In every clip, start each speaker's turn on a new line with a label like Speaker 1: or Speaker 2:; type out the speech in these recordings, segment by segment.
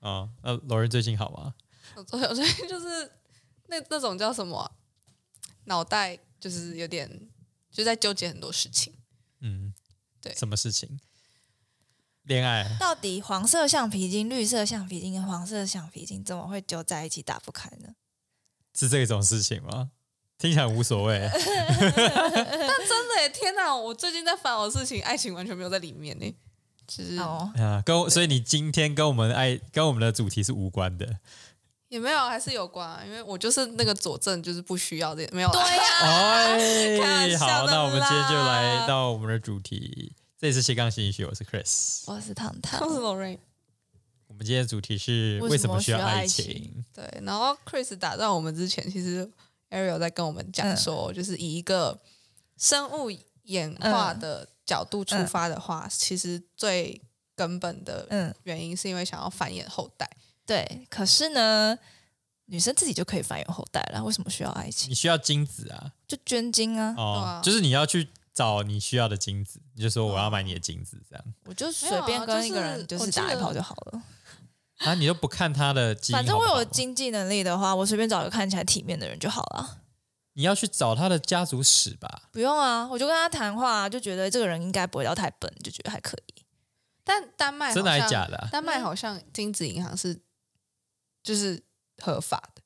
Speaker 1: 啊，那老人最近好吗？
Speaker 2: 我昨 天我最近就是那那种叫什么啊、脑袋就是有点就在纠结很多事情。
Speaker 1: 嗯，
Speaker 2: 对
Speaker 1: 什么事情？恋爱
Speaker 3: 到底黄色橡皮筋、绿色橡皮筋跟黄色橡皮筋怎么会揪在一起打不开呢？
Speaker 1: 是这种事情吗？听起来无所 谓。
Speaker 2: 但真的耶，天哪！我最近在烦恼的事情，爱情完全没有在里面呢。就是
Speaker 3: 哦，
Speaker 1: 啊，跟我所以你今天跟我们爱跟我们的主题是无关 的
Speaker 2: 也没有，还是有关、啊，因为我就是那个佐证，就是不需要这没有啊啦。
Speaker 3: 对 呀、
Speaker 1: 哎，
Speaker 3: 玩笑的
Speaker 1: 好，那我们今天就
Speaker 3: 啦
Speaker 1: 来到我们的主题，这里是斜杠心理学，我是 Chris。
Speaker 3: 我是糖糖
Speaker 2: 我，是 Lorraine。
Speaker 1: 我们今天的主题是
Speaker 3: 为
Speaker 1: 为什
Speaker 3: 什
Speaker 1: 么
Speaker 3: 么
Speaker 1: 需
Speaker 3: 需
Speaker 1: 要
Speaker 3: 要
Speaker 1: 爱
Speaker 3: 爱情
Speaker 1: 情？
Speaker 2: 对，然后 Chris 打断我们之前，其实 Ariel 在跟我们讲
Speaker 3: 嗯
Speaker 2: 说，就是以一个生物演化
Speaker 3: 嗯
Speaker 2: 的角度出发的话，其实最根本的
Speaker 3: 嗯，
Speaker 2: 原因是因为想要繁衍后代。
Speaker 3: 对。可是呢，女生自己就可以繁衍后代了，为什么需要爱情？
Speaker 1: 你需要精子啊，
Speaker 3: 就捐精啊，
Speaker 1: 哦，
Speaker 2: 对啊
Speaker 1: 就是你要去找你需要的精子，你就说我要买你的精子这样
Speaker 3: 我就随便跟一个人
Speaker 2: 没有啊就是
Speaker 3: 就是打一炮就好了。
Speaker 1: 啊，你都不看他的基因好
Speaker 3: 反
Speaker 1: 不
Speaker 3: 正
Speaker 1: 好，
Speaker 3: 我有经济能力的话，我随便找一个看起来体面的人就好了，
Speaker 1: 你要去找他的家族史吧。
Speaker 3: 不用啊。我就跟他谈话、就觉得这个人应该不会到太笨，就觉得还可以。
Speaker 2: 但丹麦好
Speaker 1: 真的还
Speaker 2: 像
Speaker 1: 是假的啊、
Speaker 2: 丹麦哎好像精子银行是就是合法的，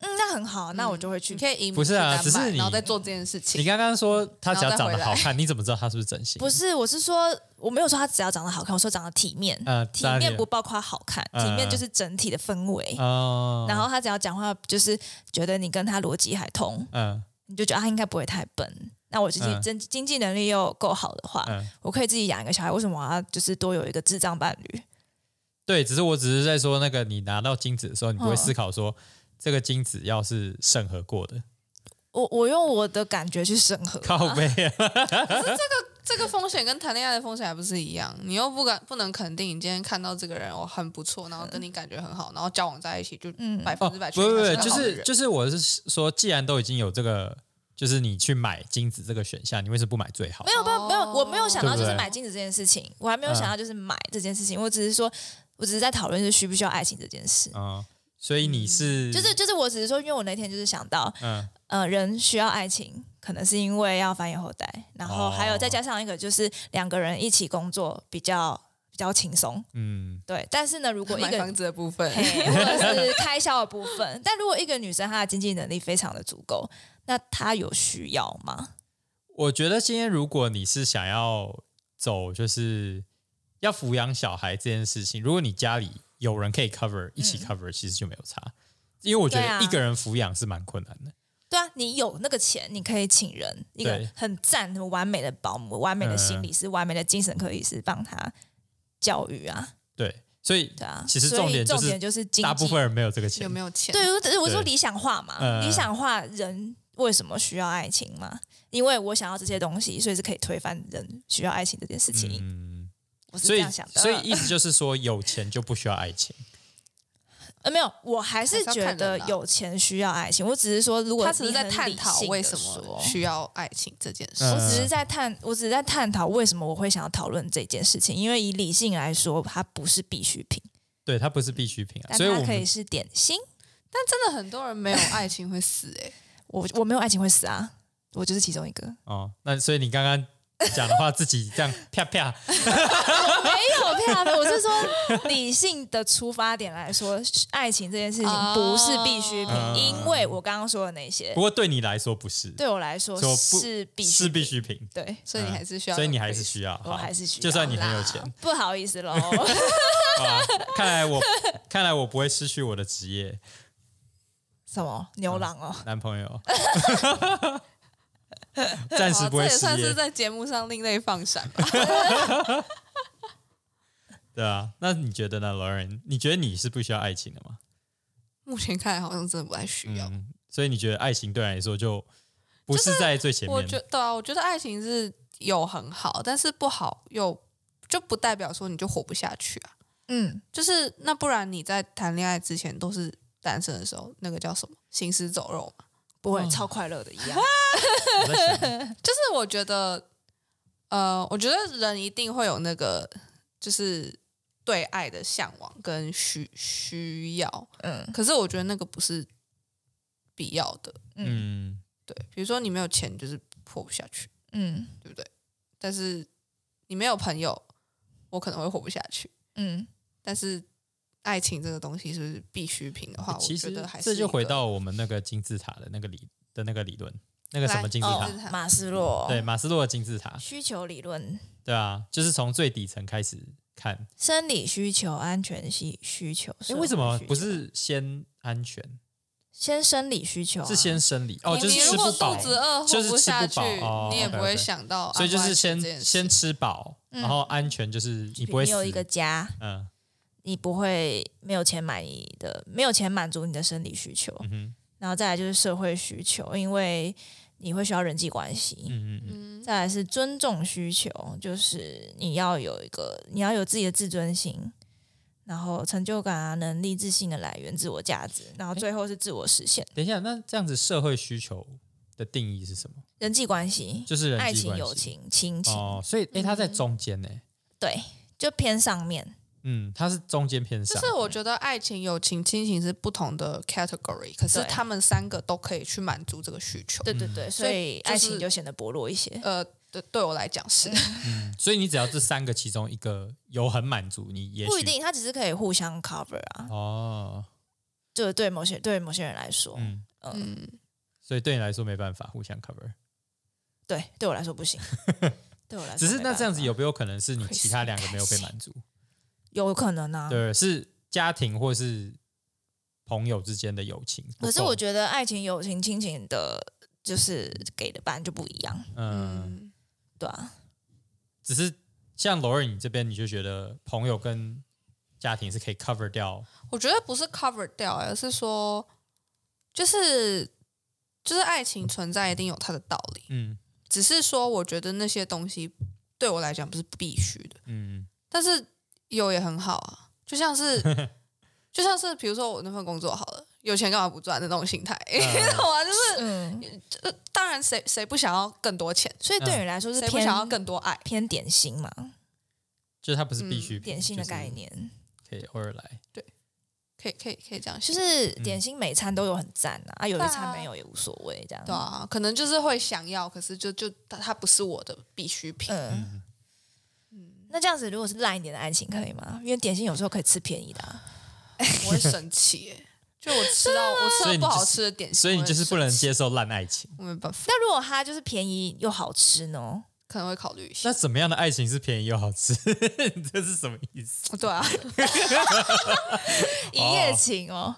Speaker 3: 嗯，那很好，那我就会去。
Speaker 2: 你可以移民
Speaker 1: 不是啊
Speaker 2: 去丹
Speaker 1: 只
Speaker 2: 麦
Speaker 1: 是你
Speaker 2: 然后再做这件事情。
Speaker 1: 你刚刚说他只要长得
Speaker 2: 然
Speaker 1: 好
Speaker 2: 后再回来
Speaker 1: 看，你怎么知道他是不是整形？
Speaker 3: 不是，我是说，我没有说他只要长得好看，我说长得体面，
Speaker 1: 呃
Speaker 3: 体
Speaker 1: 当然
Speaker 3: 面不包括好看，
Speaker 1: 嗯
Speaker 3: 体面就是整体的氛围。
Speaker 1: 哦，
Speaker 3: 然后他只要讲话，就是觉得你跟他逻辑还通，
Speaker 1: 嗯
Speaker 3: 你就觉得啊他应该不会太笨。那我经济
Speaker 1: 嗯
Speaker 3: 经经济能力又够好的话，
Speaker 1: 嗯，
Speaker 3: 我可以自己养一个小孩，为什么我要就是多有一个智障伴侣？
Speaker 1: 对，只是我只是在说那个你拿到精子的时候，你不会
Speaker 3: 嗯
Speaker 1: 思考说、这个精子要是审核过的，
Speaker 3: 我我用我的感觉去审核啊、
Speaker 1: 靠背啊，
Speaker 2: 这个风险跟谈恋爱的风险还不是一样？你又不敢不能肯定你今天看到这个人哦很不错，然后跟你感觉很好，然后交往在一起就
Speaker 3: 嗯
Speaker 1: 嗯
Speaker 2: 百
Speaker 1: 哦，
Speaker 2: 分
Speaker 1: 不
Speaker 2: 之百
Speaker 1: 不
Speaker 2: 确定
Speaker 1: 不不，
Speaker 2: 他个
Speaker 1: 就
Speaker 2: 好
Speaker 1: 是
Speaker 2: 人
Speaker 1: 就是，我是说，既然都已经有这个，就是你去买精子这个选项，你为什么不买最好
Speaker 3: 没？有没有没有，我没有想到
Speaker 1: 对不
Speaker 3: 就
Speaker 1: 对嗯
Speaker 3: 是买镜子这件事情，我还没有想到就是买这件事情，我只是说，我只是在讨论是需不需要爱情这件事。
Speaker 1: 嗯，所以你是
Speaker 3: 嗯就是就是，我只是说，因为我那天就是想到，
Speaker 1: 嗯
Speaker 3: 呃，人需要爱情，可能是因为要繁衍后代，然后还
Speaker 1: 哦
Speaker 3: 有再加上一个就是两个人一起工作比较比较轻松，
Speaker 1: 嗯
Speaker 3: 对。但是呢，如果一
Speaker 2: 买
Speaker 3: 个
Speaker 2: 房子的部分，
Speaker 3: 嘿或者是开销的部分，但如果一个女生她的经济能力非常的足够，那她有需要吗？
Speaker 1: 我觉得今天如果你是想要走，就是要抚养小孩这件事情，如果你家里有人可以 cover 一起 cover，、其实就没有差，因为我觉
Speaker 3: 嗯对
Speaker 1: 得
Speaker 3: 啊
Speaker 1: 一个人抚养是蛮困难的。
Speaker 3: 对啊，你有那个钱，你可以请人一个
Speaker 1: 对嗯
Speaker 3: 很赞、很完美的保姆、完美的心理师、完美的精神科医师帮她教育啊，
Speaker 1: 对，所以
Speaker 3: 对啊。
Speaker 1: 其实
Speaker 3: 所以
Speaker 1: 重点就
Speaker 3: 重
Speaker 1: 是
Speaker 3: 点就是经济
Speaker 1: 大部分人没有这个钱
Speaker 2: 有。没有钱？
Speaker 3: 对，我只是我说
Speaker 1: 对
Speaker 3: 理想化嘛，
Speaker 1: 嗯
Speaker 3: 理想化人为什么需要爱情嘛？因为我想要这些东西，所以是可以推翻人需要爱情这件事情。
Speaker 1: 嗯，
Speaker 3: 我是
Speaker 1: 所以
Speaker 3: 这样想的。嗯
Speaker 1: 所以意思就是说，有钱就不需要爱情。
Speaker 3: 呃，没有，我还是
Speaker 2: 还是要
Speaker 3: 觉
Speaker 2: 看人
Speaker 3: 得
Speaker 2: 啊
Speaker 3: 有钱需要爱情。我只是说，如果
Speaker 2: 他只是
Speaker 3: 你
Speaker 2: 在
Speaker 3: 很
Speaker 2: 探
Speaker 3: 理
Speaker 2: 讨
Speaker 3: 性
Speaker 2: 为
Speaker 3: 地
Speaker 2: 什么
Speaker 3: 说
Speaker 2: 需要爱情这件事。
Speaker 1: 嗯
Speaker 3: 我只是在探，我只是在探讨为什么我会想要讨论这件事情，因为以理性来说，它不是必需品，
Speaker 1: 对，它不是必需品啊，
Speaker 3: 但
Speaker 1: 所以我
Speaker 3: 它可以
Speaker 1: 们
Speaker 3: 是点心。
Speaker 2: 但真的很多人没有爱情会死哎、
Speaker 3: 我我没有爱情会死啊，我就是其中一个。
Speaker 1: 哦，那所以你刚刚讲的话，自己 这样啪啪，
Speaker 3: 没有票的，我是说理性的出发点来说，爱情这件事情不是必需品，
Speaker 1: 哦
Speaker 3: 因为我刚刚说的那些
Speaker 1: 不，过对你来说不是，
Speaker 3: 对我来说
Speaker 1: 说不
Speaker 3: 是必需
Speaker 1: 是必需品，
Speaker 3: 对。
Speaker 2: 所以你还是需要，
Speaker 1: 所以你还是需要，
Speaker 3: 我
Speaker 1: 好
Speaker 3: 还是需要
Speaker 1: 就算你很有
Speaker 3: 啦
Speaker 1: 钱，，
Speaker 3: 不好意思喽。
Speaker 1: 好吧啊看来我 看来我不会失去我的职业，
Speaker 3: 什么牛郎哦？
Speaker 1: 男朋 友，暂时
Speaker 2: 好
Speaker 1: 不
Speaker 2: 这
Speaker 1: 会
Speaker 2: 也
Speaker 1: 失
Speaker 2: 算是
Speaker 1: 业，
Speaker 2: 在节目上另类放闪吧。
Speaker 1: 对啊，那你觉得呢，老人？你觉得你是不需要爱情的吗？
Speaker 2: 目前看来好像真的不太需要。
Speaker 1: 嗯，所以你觉得爱情对你来说就不是在最前
Speaker 2: 我
Speaker 1: 面？
Speaker 2: 觉对啊，我觉得爱情是有很好，但是不好又就不代表说你就活不下去啊。
Speaker 3: 嗯，
Speaker 2: 就是那不然你在谈恋爱之前都是单身的时候，那个叫什么行尸走肉嘛？
Speaker 3: 不会，超快乐的一 样。
Speaker 1: 我在 想
Speaker 2: 就是我觉得，呃，我觉得人一定会有那个就是对爱的向往跟需需要，
Speaker 3: 嗯
Speaker 2: 可是我觉得那个不是必要的。
Speaker 1: 嗯，
Speaker 2: 对，比如说你没有钱，你就是活不下去，
Speaker 3: 嗯
Speaker 2: 对不对？但是你没有朋友，我可能会活不下去。
Speaker 3: 嗯
Speaker 2: 但是爱情这个东西是不是必需品的话，
Speaker 1: 其
Speaker 2: 我觉
Speaker 1: 实
Speaker 2: 得还是
Speaker 1: 这就
Speaker 2: 一
Speaker 1: 回
Speaker 2: 个
Speaker 1: 到我们那个金字塔的那个理的那个理论，那个什
Speaker 2: 来
Speaker 1: 么金字
Speaker 2: 哦
Speaker 1: 塔？
Speaker 2: 塔
Speaker 3: 马斯洛
Speaker 1: 对，马斯洛的金字塔，
Speaker 3: 需求理论，
Speaker 1: 对啊，就是从最底层开始看。
Speaker 3: 生理需求、安全系需求。
Speaker 1: 哎，
Speaker 2: 啊
Speaker 1: 为什
Speaker 3: 社会
Speaker 1: 么
Speaker 3: 需求
Speaker 1: 不是先安全，
Speaker 3: 先生理需求啊？
Speaker 1: 是先生理？哦，
Speaker 2: 你
Speaker 1: 就是
Speaker 2: 哎你
Speaker 1: 吃
Speaker 2: 如果
Speaker 1: 不
Speaker 2: 肚
Speaker 1: 饱，
Speaker 2: 子饿
Speaker 1: 就
Speaker 2: 活
Speaker 1: 是吃
Speaker 2: 下
Speaker 1: 不
Speaker 2: 去，
Speaker 1: 饱哦
Speaker 2: 你也不会
Speaker 1: OK，OK
Speaker 2: 想到
Speaker 1: 所以就是
Speaker 2: 安不安全这件
Speaker 1: 先
Speaker 2: 事
Speaker 1: 先吃饱，然后安全就是你不会
Speaker 3: 你有
Speaker 1: 死
Speaker 3: 一个家，
Speaker 1: 嗯
Speaker 3: 你不会没有钱买你的，没有钱满足你的生理需求，
Speaker 1: 嗯哼
Speaker 3: 然后再来就是社会需求，因为你会需要人际关系。
Speaker 1: 嗯嗯嗯
Speaker 2: 嗯
Speaker 3: 再来是尊重需求，就是你要有一个，你要有自己的自尊心，然后成就感啊、能力、自信的来源、自我价值，然后最后是自我实现、
Speaker 1: 等一下，那这样子社会需求的定义是什么？
Speaker 3: 人际关系、
Speaker 1: 就是人际
Speaker 3: 爱情、
Speaker 1: 关系
Speaker 3: 友情、亲情，
Speaker 1: 哦，所以哎，它在中间呢，
Speaker 3: 对，就偏上面。
Speaker 1: 嗯，它是中间偏上
Speaker 2: 就，是我觉得爱情、友情、亲情是不同的 category，可是
Speaker 3: 对
Speaker 2: 他们三个都可以去满足这个需求。
Speaker 3: 对
Speaker 1: 嗯
Speaker 3: 对对，所
Speaker 2: 所
Speaker 3: 以
Speaker 2: 以就是
Speaker 3: 爱情就显得薄弱一些。
Speaker 2: 呃，对对我来讲是，
Speaker 1: 嗯，所以你只要这三个其中一个有很满足，你也许
Speaker 3: 不一定，它只是可以互相 cover 啊，
Speaker 1: 哦，
Speaker 3: 就是对某些对某些人来说，
Speaker 1: 嗯，
Speaker 2: 嗯，
Speaker 1: 所以对你来说没办法互相 cover。
Speaker 3: 对对我来说 不行，对我来说
Speaker 1: 只是
Speaker 3: 没
Speaker 1: 那
Speaker 3: 办
Speaker 1: 这样子
Speaker 3: 法
Speaker 1: 有没有可能是你
Speaker 3: 会
Speaker 1: 其他
Speaker 3: 死
Speaker 1: 两个
Speaker 3: 开
Speaker 1: 没有被
Speaker 3: 心
Speaker 1: 满足？
Speaker 3: 有可能啊，
Speaker 1: 对，是家庭或是朋友之间的友情。
Speaker 3: 可是我
Speaker 1: 得，
Speaker 3: 觉得爱情、友情、亲情的，就是给的班就不一样，
Speaker 1: 嗯，
Speaker 2: 嗯，
Speaker 3: 对啊，
Speaker 1: 只是像罗尔你这边，你就觉得朋友跟家庭是可以 cover 掉，
Speaker 2: 我觉得不是 cover 掉，而是说，就是就是爱情存在一定有它的道理，
Speaker 1: 嗯
Speaker 2: 只是说我觉得那些东西对我来讲不是必须的，
Speaker 1: 嗯
Speaker 2: 但是有也很好啊，就 像是就像是比如说我那份工作好了，有钱干嘛不赚的那种心态，你懂吗？就是
Speaker 3: 嗯，
Speaker 2: 呃 当然谁谁不想要更多钱，
Speaker 3: 所以
Speaker 1: 嗯
Speaker 3: 对你来说是
Speaker 2: 谁不
Speaker 3: 偏
Speaker 2: 想要更多爱？
Speaker 3: 偏点心嘛，
Speaker 1: 就是它不是必需品，
Speaker 3: 嗯点心的概，
Speaker 1: 就是嗯
Speaker 3: 念
Speaker 1: 可以偶尔来。
Speaker 2: 可以可以可以这样
Speaker 3: 就
Speaker 1: 嗯
Speaker 2: 想，
Speaker 3: 是点心每餐都有很赞啊，啊有一
Speaker 2: 对啊
Speaker 3: 餐没有也无所谓这样，
Speaker 2: 对啊，可能就是会想要，可是就就它它不是我的必需品，
Speaker 3: 嗯。那这样子，如果是烂一点的爱情可以吗？因为点心有时候可以吃便宜的、啊，
Speaker 2: 我会生气耶、就我吃 到我 吃
Speaker 1: 所以
Speaker 2: 到
Speaker 1: 你
Speaker 2: 不好
Speaker 1: 就是
Speaker 2: 吃的点心，
Speaker 1: 所以你就是不
Speaker 2: 我会
Speaker 1: 能
Speaker 2: 生气，
Speaker 1: 接受烂爱情。
Speaker 2: 我没办法，
Speaker 3: 那如果它就是便宜又好吃呢？
Speaker 2: 可能会考虑一下
Speaker 1: 那。怎么样的爱情是便宜又好吃？ 这是什么意思？
Speaker 2: 对啊，
Speaker 3: 一夜情哦，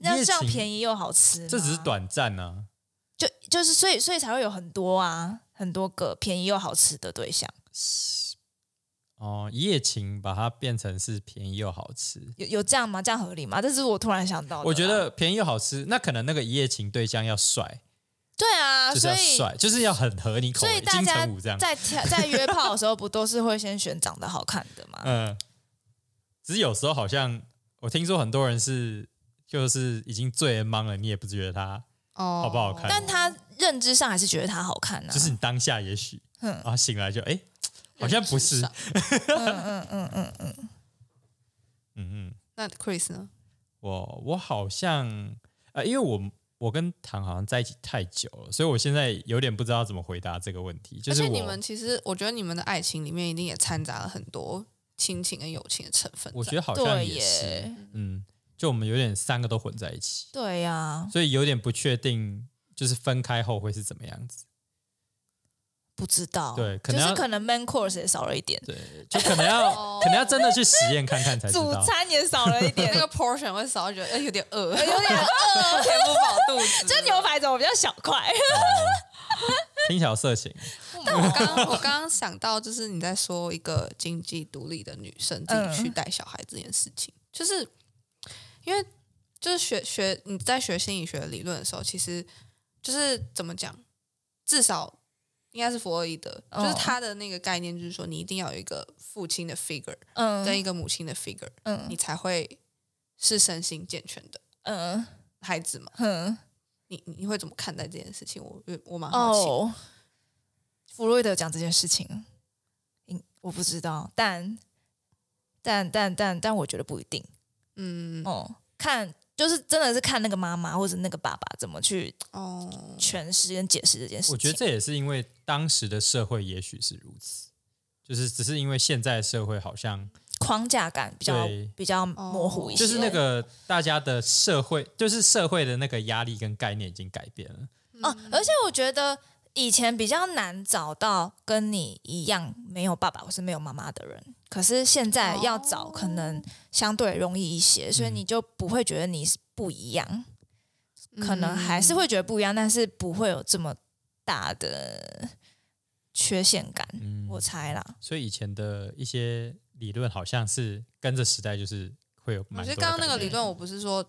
Speaker 3: 那
Speaker 1: 一夜
Speaker 3: 这样
Speaker 1: 情
Speaker 3: 便宜又好吃吗，
Speaker 1: 这只是短暂啊呢、
Speaker 3: 就就是所以所以才会有很多啊，很多个便宜又好吃的对象，
Speaker 1: 哦，一夜情把它变成是便宜又好吃，
Speaker 3: 有有这样吗？这样合理吗？这是我突然想到的啊。
Speaker 1: 我觉得便宜又好吃，那可能那个一夜情对象要帅，
Speaker 3: 对啊，
Speaker 1: 就是
Speaker 3: 所
Speaker 1: 要
Speaker 3: 以
Speaker 1: 帅，就是要很合你口
Speaker 3: 所以
Speaker 1: 味，
Speaker 3: 大
Speaker 1: 金
Speaker 3: 家
Speaker 1: 城武这样。
Speaker 3: 在挑在约炮的时候，不都是会先选长得好看 的吗？
Speaker 1: 嗯，只是有时候好像我听说很多人是就是已经醉懵了，你也不觉得他，
Speaker 3: 啊
Speaker 2: 哦，
Speaker 1: 好不好看
Speaker 3: 但他认知上还是觉得他好看啊。
Speaker 1: 就是你当下也许，
Speaker 3: 嗯
Speaker 1: 然后醒来就哎、诶好像不是，
Speaker 2: 上
Speaker 3: 嗯
Speaker 1: 嗯嗯，
Speaker 2: 那 Chris 呢？
Speaker 1: 我我好像呃，因为我我跟唐好像在一起太久了，所以我现在有点不知道怎么回答这个问题。就是
Speaker 2: 而且
Speaker 1: 我
Speaker 2: 你们其实，我觉得你们的爱情里面一定也掺杂了很多亲情跟友情的成分在。
Speaker 1: 我觉得 好像
Speaker 3: 对
Speaker 1: 也是
Speaker 3: 耶，，
Speaker 1: 嗯，就我们有点三个都混在一起，
Speaker 3: 对呀、啊，
Speaker 1: 所以有点不确定，就是分开后会是怎么样子。
Speaker 3: 不知道，
Speaker 1: 对可
Speaker 3: 就
Speaker 1: 能要
Speaker 3: 是可能 main course 也少了一 点，
Speaker 1: 对，就可能要、
Speaker 2: 哦
Speaker 1: 可能要真的去实验看看才知
Speaker 3: 主
Speaker 1: 道。
Speaker 3: 餐也少了一点
Speaker 2: 那，个 portion 会少，觉得哎有点饿，
Speaker 3: 有点饿，
Speaker 2: 填不饱肚子。
Speaker 3: 这牛排怎么比较小块？
Speaker 1: 听起来有色情，
Speaker 2: 但我 刚刚我刚刚想到，就是你在说一个经济独立的女生自
Speaker 3: 嗯
Speaker 2: 己去带小孩这件事情，就是因为就是学学你在学心理学理论的时候，其实就是怎么讲，至少应该是弗洛伊德，
Speaker 3: 哦
Speaker 2: 就是他的那个概念，就是说你一定要有一个父亲的 figure 跟
Speaker 3: 嗯
Speaker 2: 一个母亲的 figure，
Speaker 3: 嗯
Speaker 2: 你才会是身心健全的
Speaker 3: 嗯
Speaker 2: 孩子嘛。
Speaker 3: 嗯。
Speaker 2: 你你会怎么看待这件事情？我我蛮好奇的。
Speaker 3: 哦，弗洛伊德有讲这件事情，嗯，我不知道，但但但但但我觉得不一定
Speaker 2: 嗯，
Speaker 3: 哦、看就是真的是看那个妈妈或者那个爸爸怎么去
Speaker 2: 哦，
Speaker 3: 诠释跟解释这件事情。
Speaker 1: 我觉得这也是因为当时的社会也许是如此，就是只是因为现在的社会好像
Speaker 3: 框架感比较
Speaker 1: 对
Speaker 3: 比较模糊一
Speaker 1: 就
Speaker 3: 些，
Speaker 1: 是那个大家的社会，就是社会的那个压力跟概念已经改变了。
Speaker 3: 哦、而且我觉得以前比较难找到跟你一样没有爸爸或是没有妈妈的人，可是现在要找可能相对容易一
Speaker 2: 嗯
Speaker 3: 些，所以你就不会觉得你是不一样，
Speaker 2: 嗯
Speaker 3: 可能还是会觉得不一样，但是不会有这么大的缺陷感，
Speaker 1: 嗯，
Speaker 3: 我猜啦。
Speaker 1: 所以以前的一些理论好像是跟着时代，就是会有
Speaker 2: 我
Speaker 1: 蛮
Speaker 2: 觉
Speaker 1: 多
Speaker 2: 得
Speaker 1: 的
Speaker 2: 刚刚那个
Speaker 1: 改变
Speaker 2: 理论，我不是说，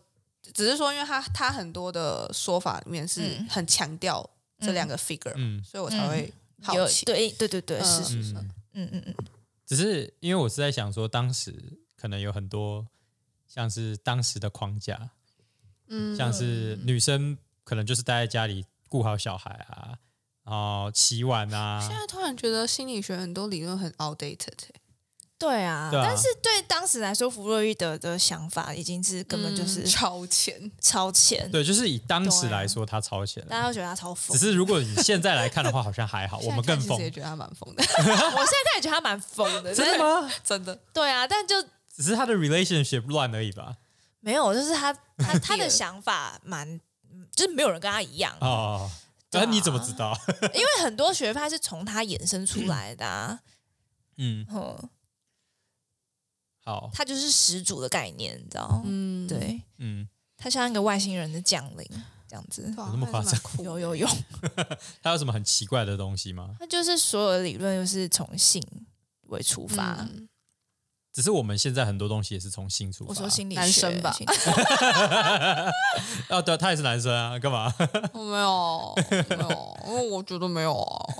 Speaker 2: 只是说，因为他他很多的说法里面是
Speaker 3: 嗯
Speaker 2: 很强调这两个 figure，、
Speaker 1: 嗯
Speaker 2: 所以我才会好
Speaker 3: 有
Speaker 2: 奇。
Speaker 3: 对对对对，是，
Speaker 2: 嗯
Speaker 1: 嗯，
Speaker 3: 嗯嗯嗯，
Speaker 1: 只是因为我是在想说，当时可能有很多像是当时的框架，
Speaker 2: 嗯
Speaker 1: 像是女生可能就是待在家里顾好小孩啊，然后洗碗啊，
Speaker 2: 现在突然觉得心理学很多理论很 outdated，、欸、
Speaker 3: 对啊，
Speaker 1: 对啊
Speaker 3: 但是对当时来说，弗洛伊德的想法已经是根本就是
Speaker 2: 嗯超前。
Speaker 3: 超前，
Speaker 1: 对，就是以当时来说，它超前
Speaker 3: 大家
Speaker 1: 了。
Speaker 3: 会觉得他超疯。
Speaker 1: 只是如果你现在来看的话，好像还好，我们更
Speaker 2: 现在看
Speaker 1: 疯
Speaker 2: 其实，也觉得他蛮疯的，
Speaker 3: 我现在看也觉得他蛮疯的，
Speaker 1: 真的
Speaker 3: 但是？
Speaker 1: 吗？
Speaker 2: 真的。
Speaker 3: 对啊，但就
Speaker 1: 只是他的 relationship 乱而已吧。
Speaker 3: 没有，就是他他
Speaker 2: Idea
Speaker 3: 他的想法蛮，就是没有人跟他一样，
Speaker 2: 嗯
Speaker 1: 哦，
Speaker 3: 对
Speaker 1: 那、
Speaker 3: 啊
Speaker 1: 你怎么知道？
Speaker 3: 因为很多学派是从他衍生出来的、啊，
Speaker 1: 嗯，
Speaker 3: 嗯，
Speaker 1: 好，
Speaker 3: 他就是始祖的概念，你知道？
Speaker 2: 嗯，
Speaker 3: 对，
Speaker 1: 嗯，
Speaker 3: 他像一个外星人的降临这样子。
Speaker 2: 哇，
Speaker 1: 有那么夸张
Speaker 2: 啊还是蛮酷的
Speaker 3: 有有有，
Speaker 1: 他有什么很奇怪的东西吗？
Speaker 3: 他就是所有的理论又是从性为出发。
Speaker 2: 嗯
Speaker 1: 只是我们现在很多东西也是从性出发。
Speaker 3: 我说心理学
Speaker 2: 男生吧
Speaker 3: 心理学
Speaker 1: 哦，对，他也是男生啊，干嘛？
Speaker 2: 我没有，我没有，因为我觉得没有啊，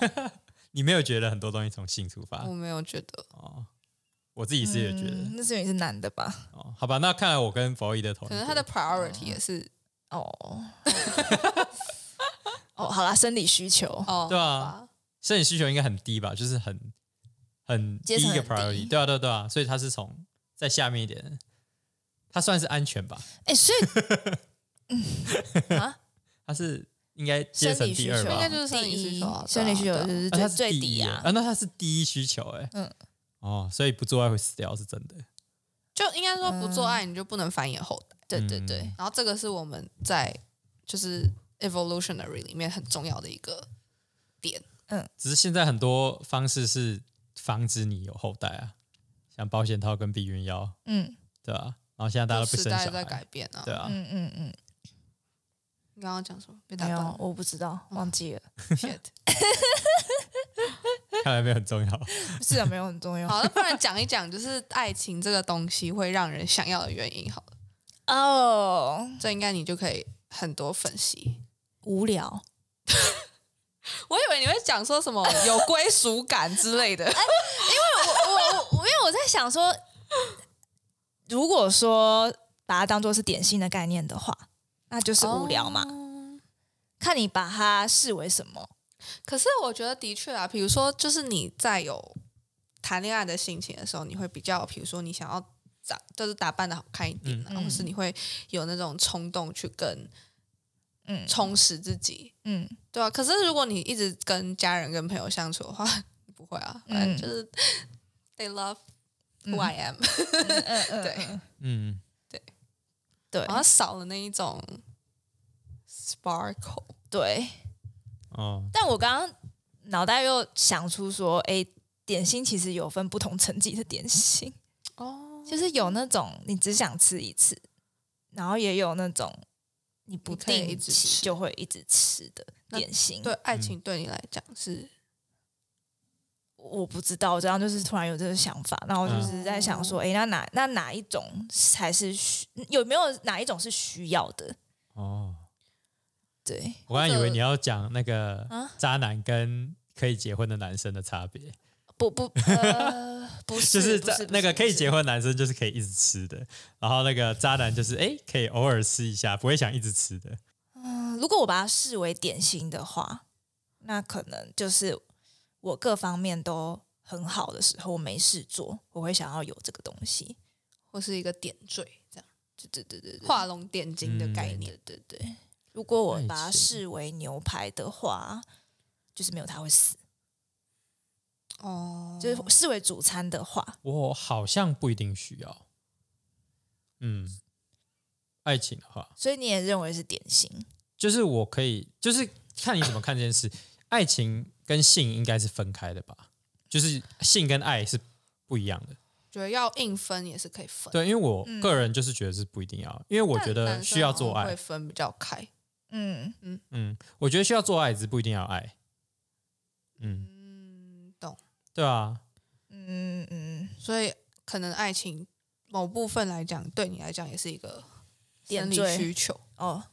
Speaker 1: 你没有觉得很多东西从性出发
Speaker 2: 我？没有觉得。
Speaker 1: 哦，我自己是也觉得。
Speaker 3: 嗯嗯那是因为你是男的吧？
Speaker 1: 哦，好吧，那看来我跟弗洛伊德同一
Speaker 2: 可
Speaker 1: 波。
Speaker 2: 能他的 priority 也是
Speaker 3: 哦， 哦，好啦，生理需求，
Speaker 2: 哦，
Speaker 1: 对啊
Speaker 2: 好吧，
Speaker 1: 生理需求应该很低吧，就是很很第
Speaker 3: 阶层
Speaker 1: 一个
Speaker 3: 很低
Speaker 1: priority。对啊，对啊，对啊，所以他是从在下面一点，他算是安全吧？
Speaker 3: 哎、所以，嗯啊，
Speaker 1: 他是应该阶层
Speaker 3: 生理需
Speaker 1: 第
Speaker 3: 求
Speaker 1: 二吧？
Speaker 2: 应该就是生理
Speaker 3: 第一
Speaker 2: 需求啊对啊
Speaker 3: 生理需求就是
Speaker 1: 啊
Speaker 3: 最
Speaker 1: 他是
Speaker 3: 最
Speaker 1: 第
Speaker 3: 低
Speaker 1: 一
Speaker 3: 啊
Speaker 1: 耶。那他是第一需求哎、
Speaker 3: 嗯
Speaker 1: 哦，所以不做爱会死掉是真的。
Speaker 2: 就应该说不做
Speaker 3: 嗯
Speaker 2: 爱你就不能繁衍后代。
Speaker 3: 对对对
Speaker 1: 嗯，
Speaker 2: 然后这个是我们在就是 evolutionary 里面很重要的一个点。
Speaker 1: 只是现在很多方式是防止你有后代啊，像保险套跟避孕药，
Speaker 3: 嗯
Speaker 1: 对吧、然后现在大家都不
Speaker 2: 时
Speaker 1: 生
Speaker 2: 代
Speaker 1: 小
Speaker 2: 在改
Speaker 1: 孩，
Speaker 2: 变啊。
Speaker 1: 对啊，
Speaker 3: 嗯嗯嗯，
Speaker 2: 你刚刚讲什么？被打
Speaker 3: 没
Speaker 2: 断
Speaker 3: 有
Speaker 2: 了。，
Speaker 3: 我不知道，忘记了。
Speaker 2: Shit
Speaker 1: 看来没有很重 要。
Speaker 3: 是啊，没有很重要。
Speaker 2: 好，那不然讲一讲，就是爱情这个东西会让人想要的原因好了。
Speaker 3: 哦，
Speaker 2: 这应该你就可以很多分析。
Speaker 3: 无聊。
Speaker 2: 我以为你会讲说什么有归属感之类的。
Speaker 3: 我我我，因为我在想说，如果说把它当做是点心的概念的话，那 就是无聊嘛。
Speaker 2: 哦
Speaker 3: 看你把它视为什么。
Speaker 2: 可是我觉得的确啊，比如说，就是你在有谈恋爱的心情的时候，你会比较，比如说你想要打，就是打扮的好看一点啊，
Speaker 3: 嗯
Speaker 2: 或是你会有那种冲动去跟
Speaker 3: 嗯
Speaker 2: 充实自己，
Speaker 3: 嗯，
Speaker 2: 对啊。可是如果你一直跟家人、跟朋友相处的话， 不会啊，
Speaker 3: 嗯
Speaker 2: 反正就是 they love who I am，、
Speaker 3: 嗯嗯嗯，
Speaker 2: 对
Speaker 3: 嗯
Speaker 1: 嗯，
Speaker 3: 对
Speaker 2: 好像少了那一种 sparkle。
Speaker 3: 对。
Speaker 1: 哦，
Speaker 3: 但我刚刚脑袋又想出说，哎，点心其实有分不同层级的点心，
Speaker 2: 哦，
Speaker 3: 就是有那种你只想吃一次，然后也有那种你不
Speaker 2: 你可以一
Speaker 3: 定
Speaker 2: 直
Speaker 3: 期
Speaker 2: 吃
Speaker 3: 就会一直吃的
Speaker 2: 那
Speaker 3: 点心。
Speaker 2: 对，，爱
Speaker 3: 嗯
Speaker 2: 情对你来讲是
Speaker 3: 我不知道，我这样就是突然有这个想法，然后我
Speaker 1: 嗯
Speaker 3: 就是在想说，哎，那哪那哪一种才是需有没有哪一种是需要的？
Speaker 1: 哦，
Speaker 3: 对，
Speaker 1: 我刚才以为你要讲那个
Speaker 3: 啊
Speaker 1: 渣男跟可以结婚的男生的差别，
Speaker 3: 不不呃不 是，
Speaker 1: 就
Speaker 3: 嗯
Speaker 1: 是
Speaker 3: 不
Speaker 1: 在
Speaker 3: 不
Speaker 1: 那个
Speaker 3: 不
Speaker 1: 可以
Speaker 3: 是
Speaker 1: 结婚的男生就是可以一直吃的，然后那个渣男就是哎可以偶尔吃一下，不会想一直吃的。
Speaker 3: 嗯，如果我把它视为典型的话，那可能就是我各方面都很好的时候，我没事做，我会想要有这个东西。
Speaker 2: 或是一个点缀，这样
Speaker 3: 对对对对对
Speaker 2: 画龙点睛的概念。
Speaker 3: 对对对。如果我把它
Speaker 1: 爱情
Speaker 3: 视为牛排的话，就是没有它会死；
Speaker 2: 哦，
Speaker 3: 就是视为主餐的话，
Speaker 1: 我好像不一定需要。嗯，爱情的话，
Speaker 3: 所以你也认为是点心。
Speaker 1: 就是我可以，就是看你怎么看这件事。爱情跟性应该是分开的吧？就是性跟爱是不一样的。
Speaker 2: 觉得要硬分也是可以分。
Speaker 1: 对，因为我个人就是觉得是不一定要，因为我
Speaker 2: 但
Speaker 1: 觉得
Speaker 2: 男生
Speaker 1: 需要
Speaker 2: 好像
Speaker 1: 做
Speaker 2: 会
Speaker 1: 爱。
Speaker 2: 分比较开。
Speaker 3: 嗯，
Speaker 1: 嗯，我觉得需要做爱，只是不一定要爱。嗯，
Speaker 2: 嗯，懂。
Speaker 1: 对啊，
Speaker 3: 嗯嗯，
Speaker 2: 所以可能爱情某部分来讲，对你来讲也是一个
Speaker 3: 点
Speaker 2: 生理
Speaker 3: 缀
Speaker 2: 需求
Speaker 3: 哦，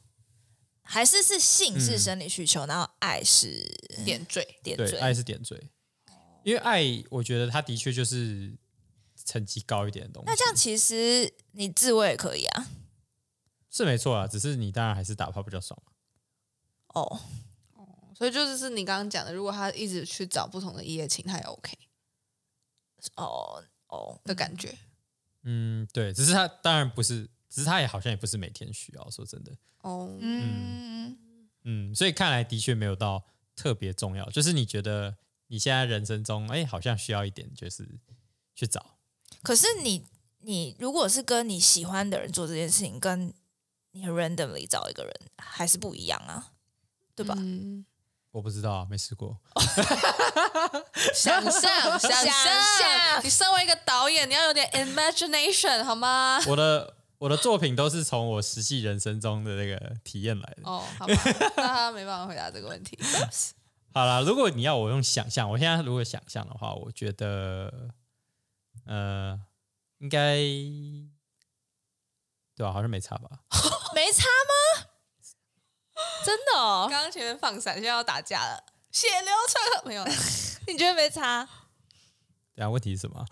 Speaker 3: 还是是性是
Speaker 1: 嗯
Speaker 3: 生理需求，然后爱是
Speaker 2: 点缀。
Speaker 3: 点
Speaker 1: 对，爱
Speaker 3: 缀。
Speaker 1: 是点缀，因为爱，我觉得它的确就是层级高一点的东西。
Speaker 3: 那这样其实你自慰也可以啊。
Speaker 1: 是没错啊，只是你当然还是打炮比较爽嘛。
Speaker 3: 哦，
Speaker 2: 所以就是是你刚刚讲的，如果他一直去找不同的一夜情，他也 OK
Speaker 3: 哦，哦，
Speaker 2: 的感觉。
Speaker 1: 嗯，对，只是他当然不是，只是他也好像也不是每天需要。说真的，
Speaker 2: 哦，
Speaker 3: 嗯，
Speaker 1: 嗯，所以看来的确没有到特别重要。就是你觉得你现在人生中，哎，好像需要一点，就是去找。
Speaker 3: 可是你你如果是跟你喜欢的人做这件事情，跟你很 randomly 找一个人还是不一样啊，对吧？
Speaker 2: 嗯，
Speaker 1: 我不知道啊，没试过。
Speaker 2: 想象，想
Speaker 3: 象
Speaker 2: 象，你身为一个导演，你要有点 imagination 好吗？
Speaker 1: 我的我的作品都是从我实际人生中的那个体验来的。
Speaker 2: 哦，好吧，那他没办法回答这个问 题。
Speaker 1: 好啦，如果你要我用想象，我现在如果想象的话，我觉得，呃，应该对啊吧、好像没差吧？
Speaker 3: 没差吗？真的哦，
Speaker 2: 刚刚前面放闪，现在要打架了，血流成河没有 啦？
Speaker 3: 你觉得没差？
Speaker 1: 对啊，问题是什么？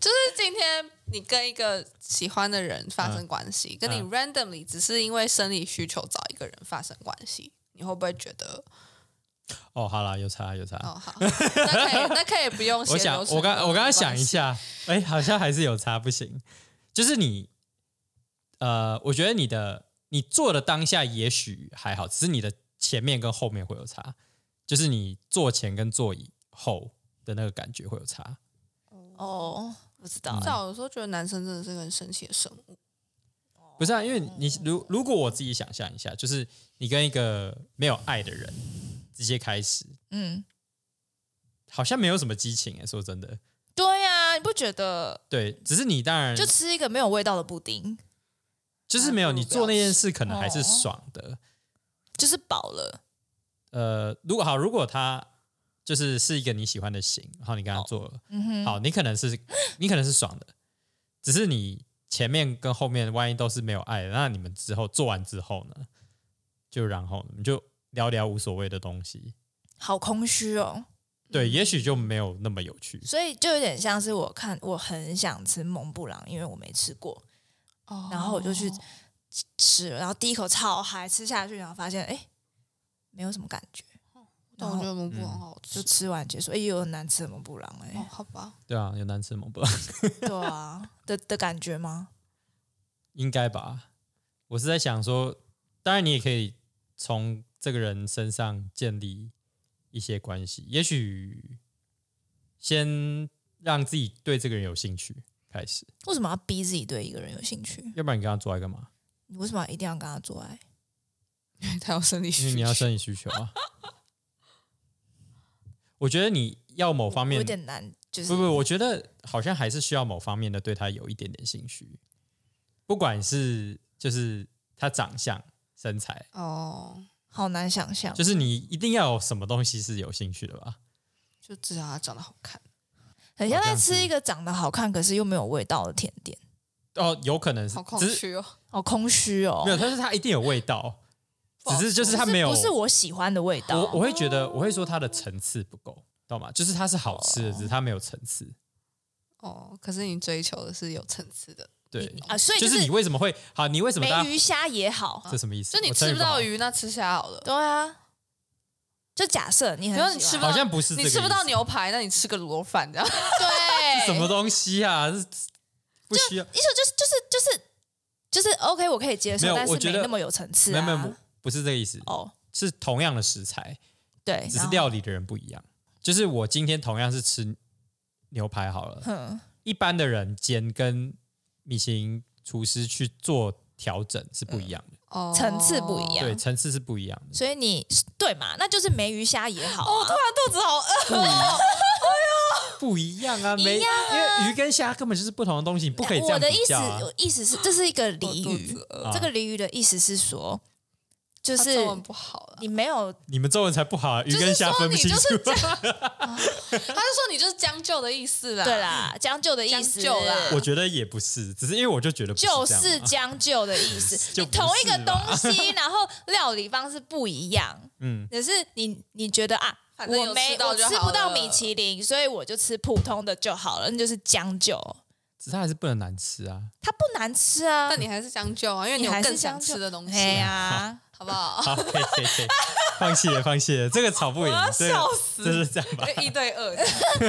Speaker 2: 就是今天你跟一个喜欢的人发生关系，跟你
Speaker 1: 嗯
Speaker 2: randomly 只是因为生理需求找一个人发生关系，你会不会觉得
Speaker 1: 哦，好啦，有差有差。
Speaker 2: 哦好，那可以那可以不用血
Speaker 1: 我
Speaker 2: 流
Speaker 1: 想
Speaker 2: 成河？，
Speaker 1: 我刚我刚刚想一
Speaker 2: 没关系，
Speaker 1: 下，哎，好像还是有差，不行。就是你，呃，我觉得你的你做的当下也许还好，只是你的前面跟后面会有差，就是你做前跟做以后的那个感觉会有差。
Speaker 3: 哦，不知道
Speaker 1: 嗯
Speaker 2: 在啊我有时候觉得男生真的是个很神奇的生物，
Speaker 1: 不是啊，因为
Speaker 2: 哦
Speaker 1: 你如如果我自己想象一下，就是你跟一个没有爱的人直接开始，
Speaker 3: 嗯，
Speaker 1: 好像没有什么激情哎、说真的，
Speaker 3: 对呀、你不觉得？
Speaker 1: 对，只是你当然
Speaker 3: 就吃一个没有味道的布丁，
Speaker 1: 就是没有你做那件事可能还是
Speaker 3: 哦
Speaker 1: 爽的。
Speaker 3: 就是饱了。
Speaker 1: 呃，如果好，如果他就是是一个你喜欢的型，然后你跟他做了，
Speaker 3: 嗯哼，
Speaker 1: 好，你可能是你可能是爽的，只是你前面跟后面万一都是没有爱的，那你们之后做完之后呢，就然后你就聊聊无所谓的东西，
Speaker 3: 好空虚哦。
Speaker 1: 对，也许就没有那么有趣。
Speaker 3: 所以就有点像是我看我很想吃蒙布朗，因为我没吃过，
Speaker 2: 哦
Speaker 3: 然后我就去吃，然后第一口超嗨，吃下去，然后发现哎，没有什么感觉，
Speaker 2: 但我觉得蒙布朗好好吃
Speaker 3: 就。吃完结束，哎，有难吃的蒙布朗
Speaker 2: 哦
Speaker 3: 哎，，
Speaker 2: 好吧，
Speaker 1: 对啊，有难吃蒙布
Speaker 3: 对啊的的感觉吗？
Speaker 1: 应该吧？我是在想说，当然你也可以从这个人身上建立一些关系，也许先让自己对这个人有兴趣开始，
Speaker 3: 为什么要逼自己对一个人有兴趣？
Speaker 1: 要不然你跟他做爱干嘛？
Speaker 3: 你为什么一定要跟他做爱？
Speaker 2: 因 为他有生理
Speaker 1: 因为
Speaker 2: 需
Speaker 1: 你要
Speaker 2: 求。
Speaker 1: 生理需求啊。我觉得你要某方
Speaker 3: 我有
Speaker 1: 面，
Speaker 3: 点难，就是
Speaker 1: 不不，我觉得好像还是需要某方面的对他有一点点兴趣，不管是就是他长相、身材，
Speaker 2: 哦，
Speaker 3: 好难想象。
Speaker 1: 就是你一定要有什么东西是有兴趣的吧？
Speaker 2: 就至少他长得好看。
Speaker 3: 很像
Speaker 1: 好
Speaker 3: 在
Speaker 1: 像
Speaker 3: 吃
Speaker 1: 是
Speaker 3: 一个长得好看可是又没有味道的甜点，
Speaker 1: 哦，有可能是
Speaker 2: 好，空
Speaker 1: 只是
Speaker 2: 虚哦，
Speaker 3: 好空虚哦
Speaker 1: 没。有，但是它一定有味道，
Speaker 2: 不好
Speaker 1: 只是就是
Speaker 2: 说
Speaker 1: 它
Speaker 3: 不是
Speaker 1: 没有，
Speaker 3: 不是我喜欢的味道。
Speaker 1: 我我会觉得我会说它的层次不够，懂吗？就是它是好吃的，只是它没有层次。
Speaker 2: 哦，可是你追求的是有层次的，
Speaker 1: 对，
Speaker 3: 啊，所以
Speaker 1: 就是你为什么会好？你为什么大家啊
Speaker 3: 没鱼虾也好，
Speaker 1: 这什么意思？
Speaker 2: 就你
Speaker 1: 我成
Speaker 2: 吃
Speaker 1: 语
Speaker 2: 不
Speaker 1: 好
Speaker 2: 到，鱼，那吃虾好了。
Speaker 3: 对啊，就假设你
Speaker 2: 比
Speaker 3: 很
Speaker 2: 如说
Speaker 3: 喜
Speaker 2: 你吃
Speaker 3: 欢
Speaker 2: 不
Speaker 1: 好
Speaker 2: 到，
Speaker 1: 像不是这
Speaker 2: 你
Speaker 1: 个
Speaker 2: 吃不
Speaker 1: 意
Speaker 2: 到
Speaker 1: 思
Speaker 2: 牛排，那你吃个卤肉饭这样。
Speaker 3: 对
Speaker 1: 什么东西啊？这不需要，
Speaker 3: 意思就是就是就是就是 OK，我可以接
Speaker 1: 没
Speaker 3: 受，
Speaker 1: 有
Speaker 3: 但是
Speaker 1: 我觉
Speaker 3: 没
Speaker 1: 得
Speaker 3: 那么有层次、
Speaker 1: 没
Speaker 3: 啊。
Speaker 1: 有没有，不是这个意思，
Speaker 3: 哦，
Speaker 1: 是同样的食材，
Speaker 3: 对，
Speaker 1: 只是
Speaker 3: 然后
Speaker 1: 料理的人不一样。就是我今天同样是吃牛排好了，
Speaker 3: 哼
Speaker 1: 一般的人煎跟米其林厨师去做调整是不一样的，
Speaker 2: 哦
Speaker 3: 层次不一样
Speaker 1: 对，层次是不一样的。
Speaker 3: 所以你对嘛？那就是梅鱼虾也好、
Speaker 2: 哦，
Speaker 3: 啊
Speaker 2: 突，然肚子好饿。
Speaker 1: 不一样，不一样啊，没，因为鱼跟虾根本就是不同的东西，你不可以这
Speaker 3: 我
Speaker 1: 样
Speaker 3: 的
Speaker 1: 比
Speaker 3: 意思，
Speaker 1: 较啊、
Speaker 3: 我意思是这是一个俚
Speaker 2: 我肚
Speaker 3: 语
Speaker 2: 子饿，
Speaker 3: 这个俚语的意思是说，就
Speaker 2: 就是中文不好了，
Speaker 3: 你没有
Speaker 1: 你们中文才不好、啊，鱼
Speaker 2: 是
Speaker 1: 跟虾分不清楚。
Speaker 2: 说你就他就说你就是将就的意思啦。
Speaker 3: 对，啦，嗯将就的意思，
Speaker 2: 将就啦
Speaker 1: 我觉得也不是，只是因为我就觉得不
Speaker 3: 就
Speaker 1: 这样
Speaker 3: 是
Speaker 1: 嘛
Speaker 3: 将就的意思。
Speaker 1: 就
Speaker 3: 你
Speaker 1: 不
Speaker 3: 同一个
Speaker 1: 是吧
Speaker 3: 东西，然后料理方式不一样，
Speaker 1: 嗯，
Speaker 3: 可是你你觉得啊，
Speaker 2: 反正有
Speaker 3: 我没
Speaker 2: 吃到
Speaker 3: 我
Speaker 2: 就
Speaker 3: 吃
Speaker 2: 好
Speaker 3: 不到
Speaker 2: 了
Speaker 3: 米其林，所以我就吃普通的就好了，那就是将就。
Speaker 1: 只是它还是不能难吃啊。
Speaker 3: 它不难吃啊，
Speaker 2: 但你还是将就啊，因为
Speaker 3: 你
Speaker 2: 有
Speaker 3: 还是
Speaker 2: 更想
Speaker 3: 将就
Speaker 2: 吃的东
Speaker 3: 哎
Speaker 2: 西，
Speaker 3: 呀，
Speaker 2: 好不好？
Speaker 1: 好，可以可以可以，放弃了放弃了，这个吵不赢
Speaker 3: 我要，
Speaker 1: 这个
Speaker 3: 笑死
Speaker 1: 就是这样吧，
Speaker 2: 就一对二，
Speaker 3: 不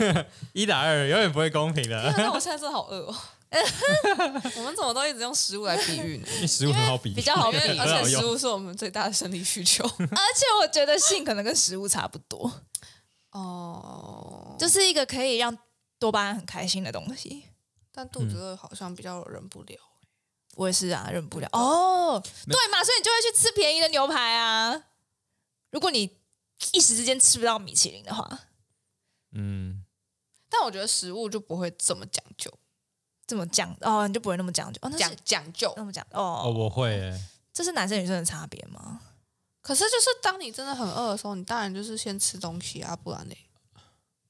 Speaker 3: 是，
Speaker 1: 一打二永远不会公平的。
Speaker 2: 那我现在真的好饿哦。 我们怎么都一直用食物来比喻呢？
Speaker 1: 因为食物很好比，
Speaker 3: 比较好
Speaker 2: 因
Speaker 3: 比
Speaker 2: 为
Speaker 1: 很
Speaker 2: 而
Speaker 1: 好
Speaker 2: 且食
Speaker 1: 用。
Speaker 2: 物是我们最大的生理需求。
Speaker 3: 而且我觉得性可能跟食物差不多，
Speaker 2: 哦，
Speaker 3: 就是一个可以让多巴胺很开心的东西。
Speaker 2: 但肚子饿好像比较忍不了。
Speaker 3: 我也是啊，忍不了哦，对嘛，所以你就会去吃便宜的牛排啊。如果你一时之间吃不到米其林的话，
Speaker 1: 嗯，
Speaker 2: 但我觉得食物就不会这么讲究，
Speaker 3: 这么讲哦，你就不会那么讲究哦，那
Speaker 2: 讲
Speaker 3: 是
Speaker 2: 讲究。
Speaker 3: 那么讲
Speaker 1: 哦，
Speaker 3: 哦，
Speaker 1: 我会耶，
Speaker 3: 这是男生女生的差别吗？
Speaker 2: 可是就是当你真的很饿的时候，你当然就是先吃东西啊，不然呢，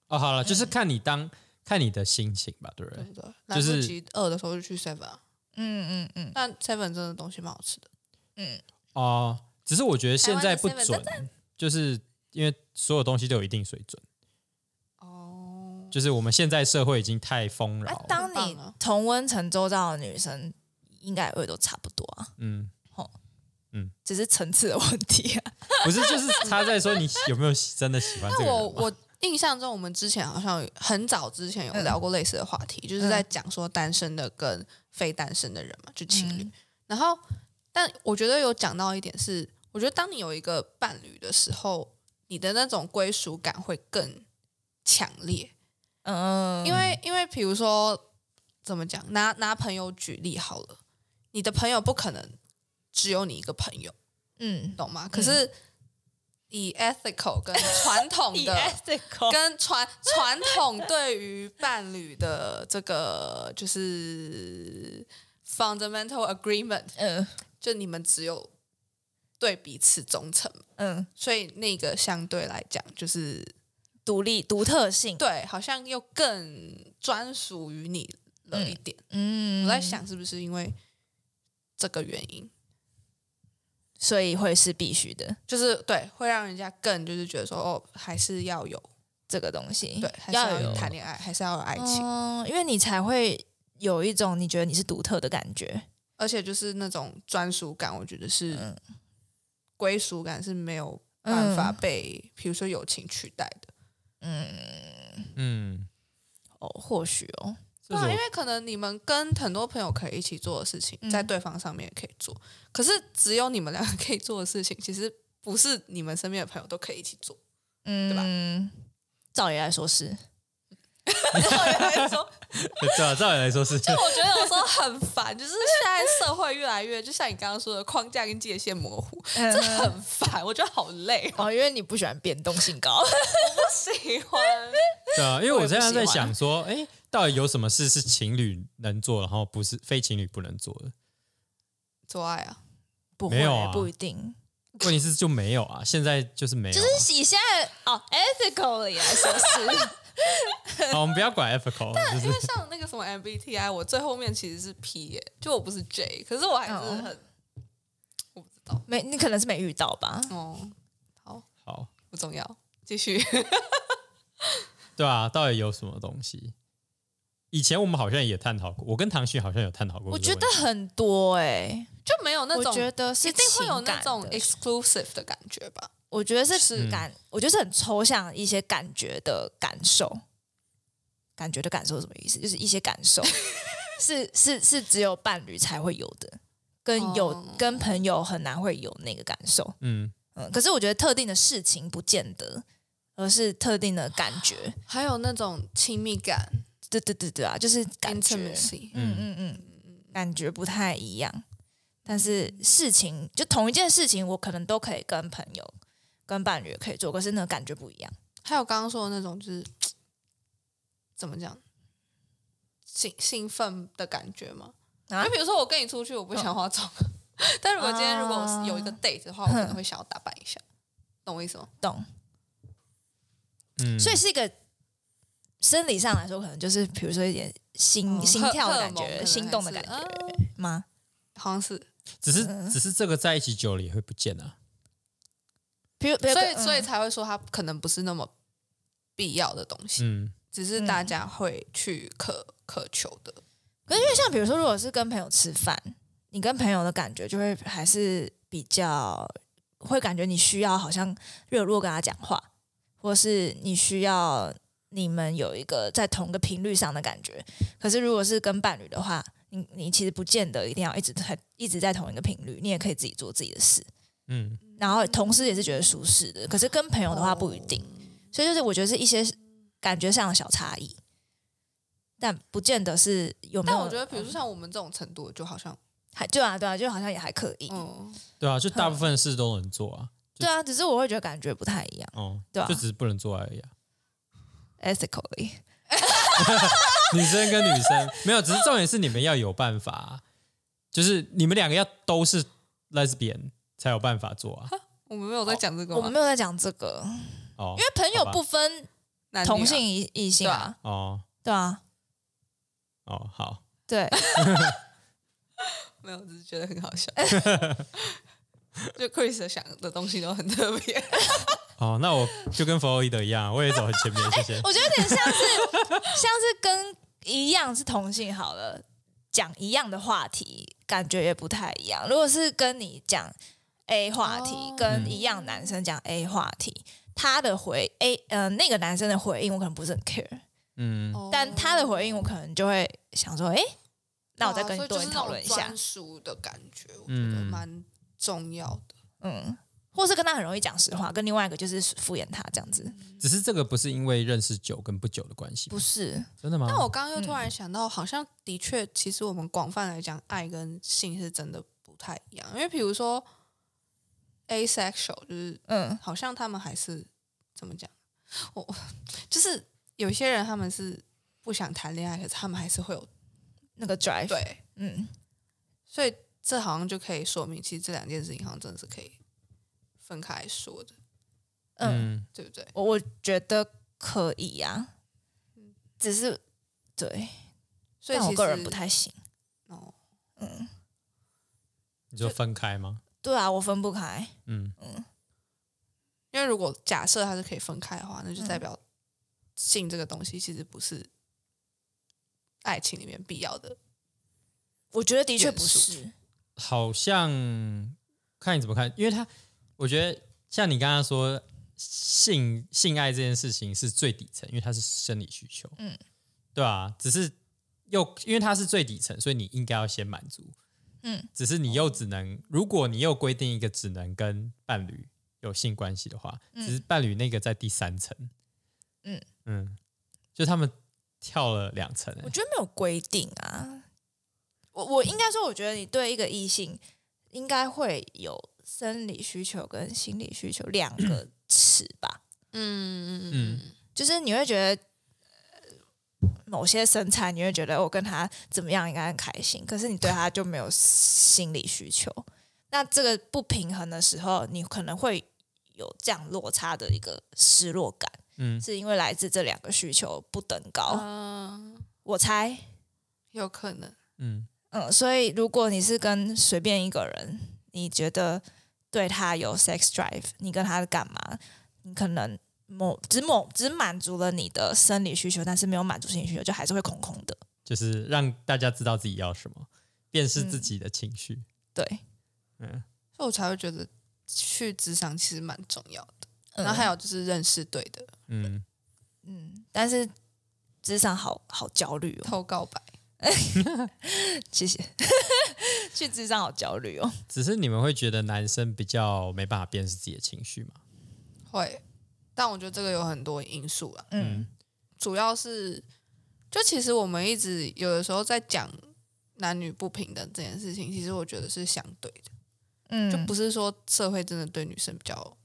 Speaker 1: 哦，好了，就是看你当看你的心情吧，对不
Speaker 2: 对
Speaker 1: 对？
Speaker 2: 不对？来
Speaker 1: 就是
Speaker 2: 不及饿的时候就去 seven 啊。
Speaker 3: 嗯嗯嗯，
Speaker 2: 但 seven 真的东西蛮好吃的，
Speaker 1: 哦，只是我觉得现在不
Speaker 3: 台湾的 7-Eleven
Speaker 1: 准，就是因为所有东西都有一定水准，
Speaker 2: 哦，
Speaker 1: 就是我们现在社会已经太丰饶
Speaker 3: 啊
Speaker 1: 了，
Speaker 3: 当
Speaker 2: 很
Speaker 3: 你
Speaker 2: 棒啊
Speaker 3: 同温层周遭的女生，应该也会都差不多啊，
Speaker 1: 嗯，
Speaker 3: 只是层次的问题啊。
Speaker 1: 不是，就是差在说你有没有真的喜欢这个
Speaker 2: 我
Speaker 1: 人啊嘛。
Speaker 2: 我印象中，我们之前好像有很早之前有
Speaker 3: 嗯
Speaker 2: 聊过类似的话题，就是在讲说单身的跟非单身的人嘛，就情
Speaker 3: 嗯
Speaker 2: 侣。然后，但我觉得有讲到一点是，我觉得当你有一个伴侣的时候，你的那种归属感会更强烈，
Speaker 3: 嗯，
Speaker 2: 因为因为比如说怎么讲，拿拿朋友举例好了，你的朋友不可能只有你一个朋友，
Speaker 3: 嗯，
Speaker 2: 懂吗？可是以 ethical 跟传统 的。
Speaker 3: 这 个
Speaker 2: 跟传传统对于伴侣的这个就是 fundamental agreement，
Speaker 3: 嗯
Speaker 2: 就你们只有对彼此忠诚，
Speaker 3: 嗯，
Speaker 2: 所以那个相对来讲就是
Speaker 3: 独立独特性，
Speaker 2: 对，好像又更专属于你了一点。
Speaker 3: 嗯，
Speaker 2: 我在，想是不是因为这个原因，
Speaker 3: 所以会是必须的
Speaker 2: 就是对会让人家更就是觉得说哦，还是要有
Speaker 3: 这个东西，
Speaker 2: 对，还是
Speaker 3: 要
Speaker 2: 要
Speaker 3: 有
Speaker 2: 有谈恋爱，还是要有爱情，
Speaker 3: 嗯，因为你才会有一种你觉得你是独特的感觉。
Speaker 2: 而且就是那种专属感，我觉得是。
Speaker 3: 嗯
Speaker 2: 归属感是没有办法被，比、如说友情取代的。
Speaker 1: 嗯，
Speaker 3: 哦，或许哦，
Speaker 1: 这
Speaker 2: 对
Speaker 1: 是
Speaker 2: 啊，
Speaker 1: 我
Speaker 2: 因为可能你们跟很多朋友可以一起做的事情，
Speaker 3: 嗯
Speaker 2: 在对方上面也可以做，可是只有你们两个可以做的事情，其实不是你们身边的朋友都可以一起做。
Speaker 3: 嗯，
Speaker 2: 对吧
Speaker 3: 吧？照理来说是，
Speaker 2: 来说，
Speaker 1: 对啊，照理来说是，
Speaker 2: 就我觉得有时候很烦，就是现在社会越来越，就像你刚刚说的，框架跟界限模糊，这很烦，我觉得好累，
Speaker 3: 嗯哦，因为你不喜欢变动性高，
Speaker 2: 不喜欢。
Speaker 1: 对啊，因为我现在在
Speaker 3: 我也
Speaker 1: 想
Speaker 3: 不
Speaker 1: 说，哎，到底有什么事是情侣能做，然后不是非情侣不能做的？
Speaker 2: 做爱啊，
Speaker 3: 不
Speaker 1: 没有啊
Speaker 3: 不一定。
Speaker 1: 问题是就没有啊，现在就是没有啊、
Speaker 3: 就是以现在哦，ethically 来说是，
Speaker 1: 好，我们不要管 ethical，就
Speaker 2: 因
Speaker 1: 是
Speaker 2: 为像那个什么 MBTI，我最后面其实是 P 耶、就我不是 J，可是我还是很、我不知道
Speaker 3: 没你可能是没遇到吧？
Speaker 2: 哦，好
Speaker 1: 好，
Speaker 2: 不重要，继续
Speaker 1: 对啊，到底有什么东西？以前我们好像也探讨过，我跟唐旭好像有探讨过
Speaker 3: 我
Speaker 1: 这个问
Speaker 3: 觉得
Speaker 1: 题。
Speaker 3: 很多哎、
Speaker 2: 就没有那
Speaker 3: 我
Speaker 2: 种
Speaker 3: 觉得是
Speaker 2: 一定会有
Speaker 3: 情感
Speaker 2: 那种
Speaker 3: 的
Speaker 2: exclusive 的感觉吧？
Speaker 3: 我觉得
Speaker 1: 是
Speaker 3: 是感，
Speaker 1: 嗯
Speaker 3: 我觉得是很抽象一些感觉的感受，感觉的感受是什么意思？就是一些感 受，是是是只有伴侣才会有的，跟有、
Speaker 2: 哦
Speaker 3: 跟朋友很难会有那个感受。
Speaker 1: 嗯，
Speaker 3: 嗯，可是我觉得特定的事情不见得，而是特定的感觉。
Speaker 2: 还有那种亲密感
Speaker 3: 对对对对啊，就是感觉。
Speaker 2: （intimacy）。
Speaker 3: 嗯嗯嗯，感觉不太一样。但是事情就同一件事情，我可能都可以跟朋友、跟伴侣可以做，可是那个感觉不一样。
Speaker 2: 还有刚刚说的那种，就是怎么讲，兴兴奋的感觉吗？
Speaker 3: 啊嗯
Speaker 2: 就比如说我跟你出去，我不想化妆， 但如果今天如果我
Speaker 3: 啊
Speaker 2: 是有一个 date 的话，我可能会想要打扮一下，懂我意思吗？
Speaker 3: 懂？
Speaker 1: 嗯
Speaker 3: 所以是一个生理上来说，可能就是比如说一点心、
Speaker 2: 嗯
Speaker 3: 心
Speaker 2: 荷
Speaker 3: 跳的
Speaker 2: 荷
Speaker 3: 感
Speaker 2: 尔蒙可
Speaker 3: 觉、
Speaker 2: 能
Speaker 3: 心动的
Speaker 2: 还
Speaker 3: 感
Speaker 2: 是
Speaker 3: 觉、
Speaker 2: 啊
Speaker 3: 吗？
Speaker 2: 好像是，
Speaker 1: 只是
Speaker 3: 嗯
Speaker 1: 只是这个在一起久了也会不见啊。
Speaker 3: 比如，比如
Speaker 2: 所以
Speaker 3: 嗯
Speaker 2: 所以才会说它可能不是那么必要的东西，
Speaker 1: 嗯，
Speaker 2: 只是大家会去渴渴求的。
Speaker 3: 可是因为像比如说，如果是跟朋友吃饭，你跟朋友的感觉就会还是比较会感觉你需要好像热络跟他讲话，或是你需要你们有一个在同个频率上的感觉。可是如果是跟伴侣的话，你你其实不见得一定要一直在一直在同一个频率，你也可以自己做自己的事，
Speaker 1: 嗯，
Speaker 3: 然后同时也是觉得舒适的。可是跟朋友的话不一定，所以就是我觉得是一些感觉上的小差异。但不见得是有没有，
Speaker 2: 但我觉得，比如
Speaker 3: 嗯
Speaker 2: 说像我们这种程度，就好像，
Speaker 3: 还对啊，对啊，就好像也还可以。
Speaker 2: 嗯，
Speaker 1: 对啊，就大部分事都能做啊。
Speaker 3: 对啊，只是我会觉得感觉不太一样
Speaker 1: 哦，
Speaker 3: 对啊
Speaker 1: 就只是不能做爱而已、啊。
Speaker 3: ，ethically。
Speaker 1: 女生跟女生 没有，只是重点是你们要有办法啊、就是你们两个要都是 lesbian 才有办法做啊。
Speaker 2: 我们没有在讲这个吗，
Speaker 3: 哦我们没有在讲这个，
Speaker 1: 哦，
Speaker 3: 因为朋友
Speaker 1: 好吧
Speaker 3: 不分
Speaker 2: 男女啊
Speaker 3: 同性异异性啊，
Speaker 1: 哦
Speaker 3: 对啊，
Speaker 1: 哦好，
Speaker 3: 对，
Speaker 2: 没有，只是觉得很好笑。 就 Chris 想的东西都很特别，
Speaker 1: 哦那我就跟弗洛伊德一样，我也走很前面， 谢谢。
Speaker 3: 哎我觉得有点像是像是跟一样是同性好了，讲一样的话题，感觉也不太一样。如果是跟你讲 A 话题，
Speaker 2: 哦
Speaker 1: 嗯
Speaker 3: 跟一样男生讲 A 话题，他的回 A 呃那个男生的回应，我可能不是很 care，
Speaker 1: 嗯，
Speaker 2: 哦
Speaker 3: 但他的回应我可能就会想说，诶，那我再跟你多
Speaker 2: 多
Speaker 3: 人讨论一下。
Speaker 2: 专属的感觉，我觉得
Speaker 1: 嗯
Speaker 2: 蛮重要的。
Speaker 3: 嗯，或是跟他很容易讲实话，跟另外一个就是敷衍他这样子，
Speaker 1: 只是这个不是因为认识久跟不久的关系，
Speaker 3: 嗯不是？
Speaker 1: 真的吗？
Speaker 2: 但我刚刚又突然想到，好像的确，其实我们广泛来讲，爱跟性是真的不太一样。因为比如说 asexual，就是
Speaker 3: 嗯
Speaker 2: 好像他们还是怎么讲？我就是有些人他们是不想谈恋爱，可是他们还是会有
Speaker 3: 那个 drive，，
Speaker 2: 对，
Speaker 3: 嗯，
Speaker 2: 所以这好像就可以说明，其实这两件事情好像真的是可以分开说的，
Speaker 3: 嗯，
Speaker 1: 嗯，
Speaker 2: 对不对？
Speaker 3: 我我觉得可以啊，只是对，
Speaker 2: 所以
Speaker 3: 但
Speaker 2: 其
Speaker 3: 我
Speaker 2: 实
Speaker 3: 个人不太行。
Speaker 2: 哦，
Speaker 1: 你说分开吗？
Speaker 3: 对啊，我分不开。
Speaker 1: 嗯，
Speaker 2: 因为如果假设它是可以分开的话，
Speaker 3: 嗯
Speaker 2: 那就代表性这个东西其实不是爱情里面必要的。
Speaker 3: 我觉得的确
Speaker 2: 元
Speaker 3: 不
Speaker 2: 素
Speaker 3: 是，
Speaker 1: 好像看你怎么看，因为他我觉得像你刚刚说性性爱这件事情是最底层，因为它是生理需求，嗯
Speaker 3: 嗯，
Speaker 1: 对啊，只是又因为它是最底层，所以你应该要先满足，
Speaker 3: 嗯
Speaker 1: 只是你又只能，如果你又规定一个只能跟伴侣有性关系的话，
Speaker 3: 嗯
Speaker 1: 只是伴侣那个在第三层，嗯
Speaker 3: 嗯
Speaker 1: 嗯，就他们跳了两层、
Speaker 3: 我
Speaker 1: 欸，
Speaker 3: 觉得没有规定啊。我我应该说，我觉得你对一个异性应该会有生理需求跟心理需求两个尺吧。
Speaker 2: 嗯
Speaker 1: 嗯
Speaker 3: 就是你会觉得呃某些身材，你会觉得我哦跟他怎么样应该很开心，可是你对他就没有心理需求。那这个不平衡的时候，你可能会有这样落差的一个失落感，
Speaker 1: 嗯，
Speaker 3: 是因为来自这两个需求不等高。
Speaker 2: 嗯，
Speaker 3: 我猜，
Speaker 2: 有可能。
Speaker 1: 嗯
Speaker 3: 嗯，所以如果你是跟随便一个人，你觉得对他有 sex drive，你跟他干嘛？你可能某只某只满足了你的生理需求，但是没有满足心理需求，就还是会空空的。
Speaker 1: 就是让大家知道自己要什么，辨识自
Speaker 3: 嗯
Speaker 1: 己的情绪，
Speaker 3: 对，
Speaker 1: 嗯
Speaker 2: 所以我才会觉得去职场其实蛮重要的。
Speaker 3: 嗯
Speaker 2: 然后还有就是认识对的，
Speaker 1: 嗯，
Speaker 3: 嗯，但是职场好好焦虑哦，
Speaker 2: 偷告白，
Speaker 3: 谢谢。 去职场好焦虑哦，
Speaker 1: 只是你们会觉得男生比较没办法辨识自己的情绪嘛？
Speaker 2: 会，但我觉得这个有很多因素啦，
Speaker 3: 嗯
Speaker 2: 主要是就其实我们一直有的时候在讲男女不平等这件事情，其实我觉得是相对的，
Speaker 3: 嗯，
Speaker 2: 就不是说社会真的对女生比较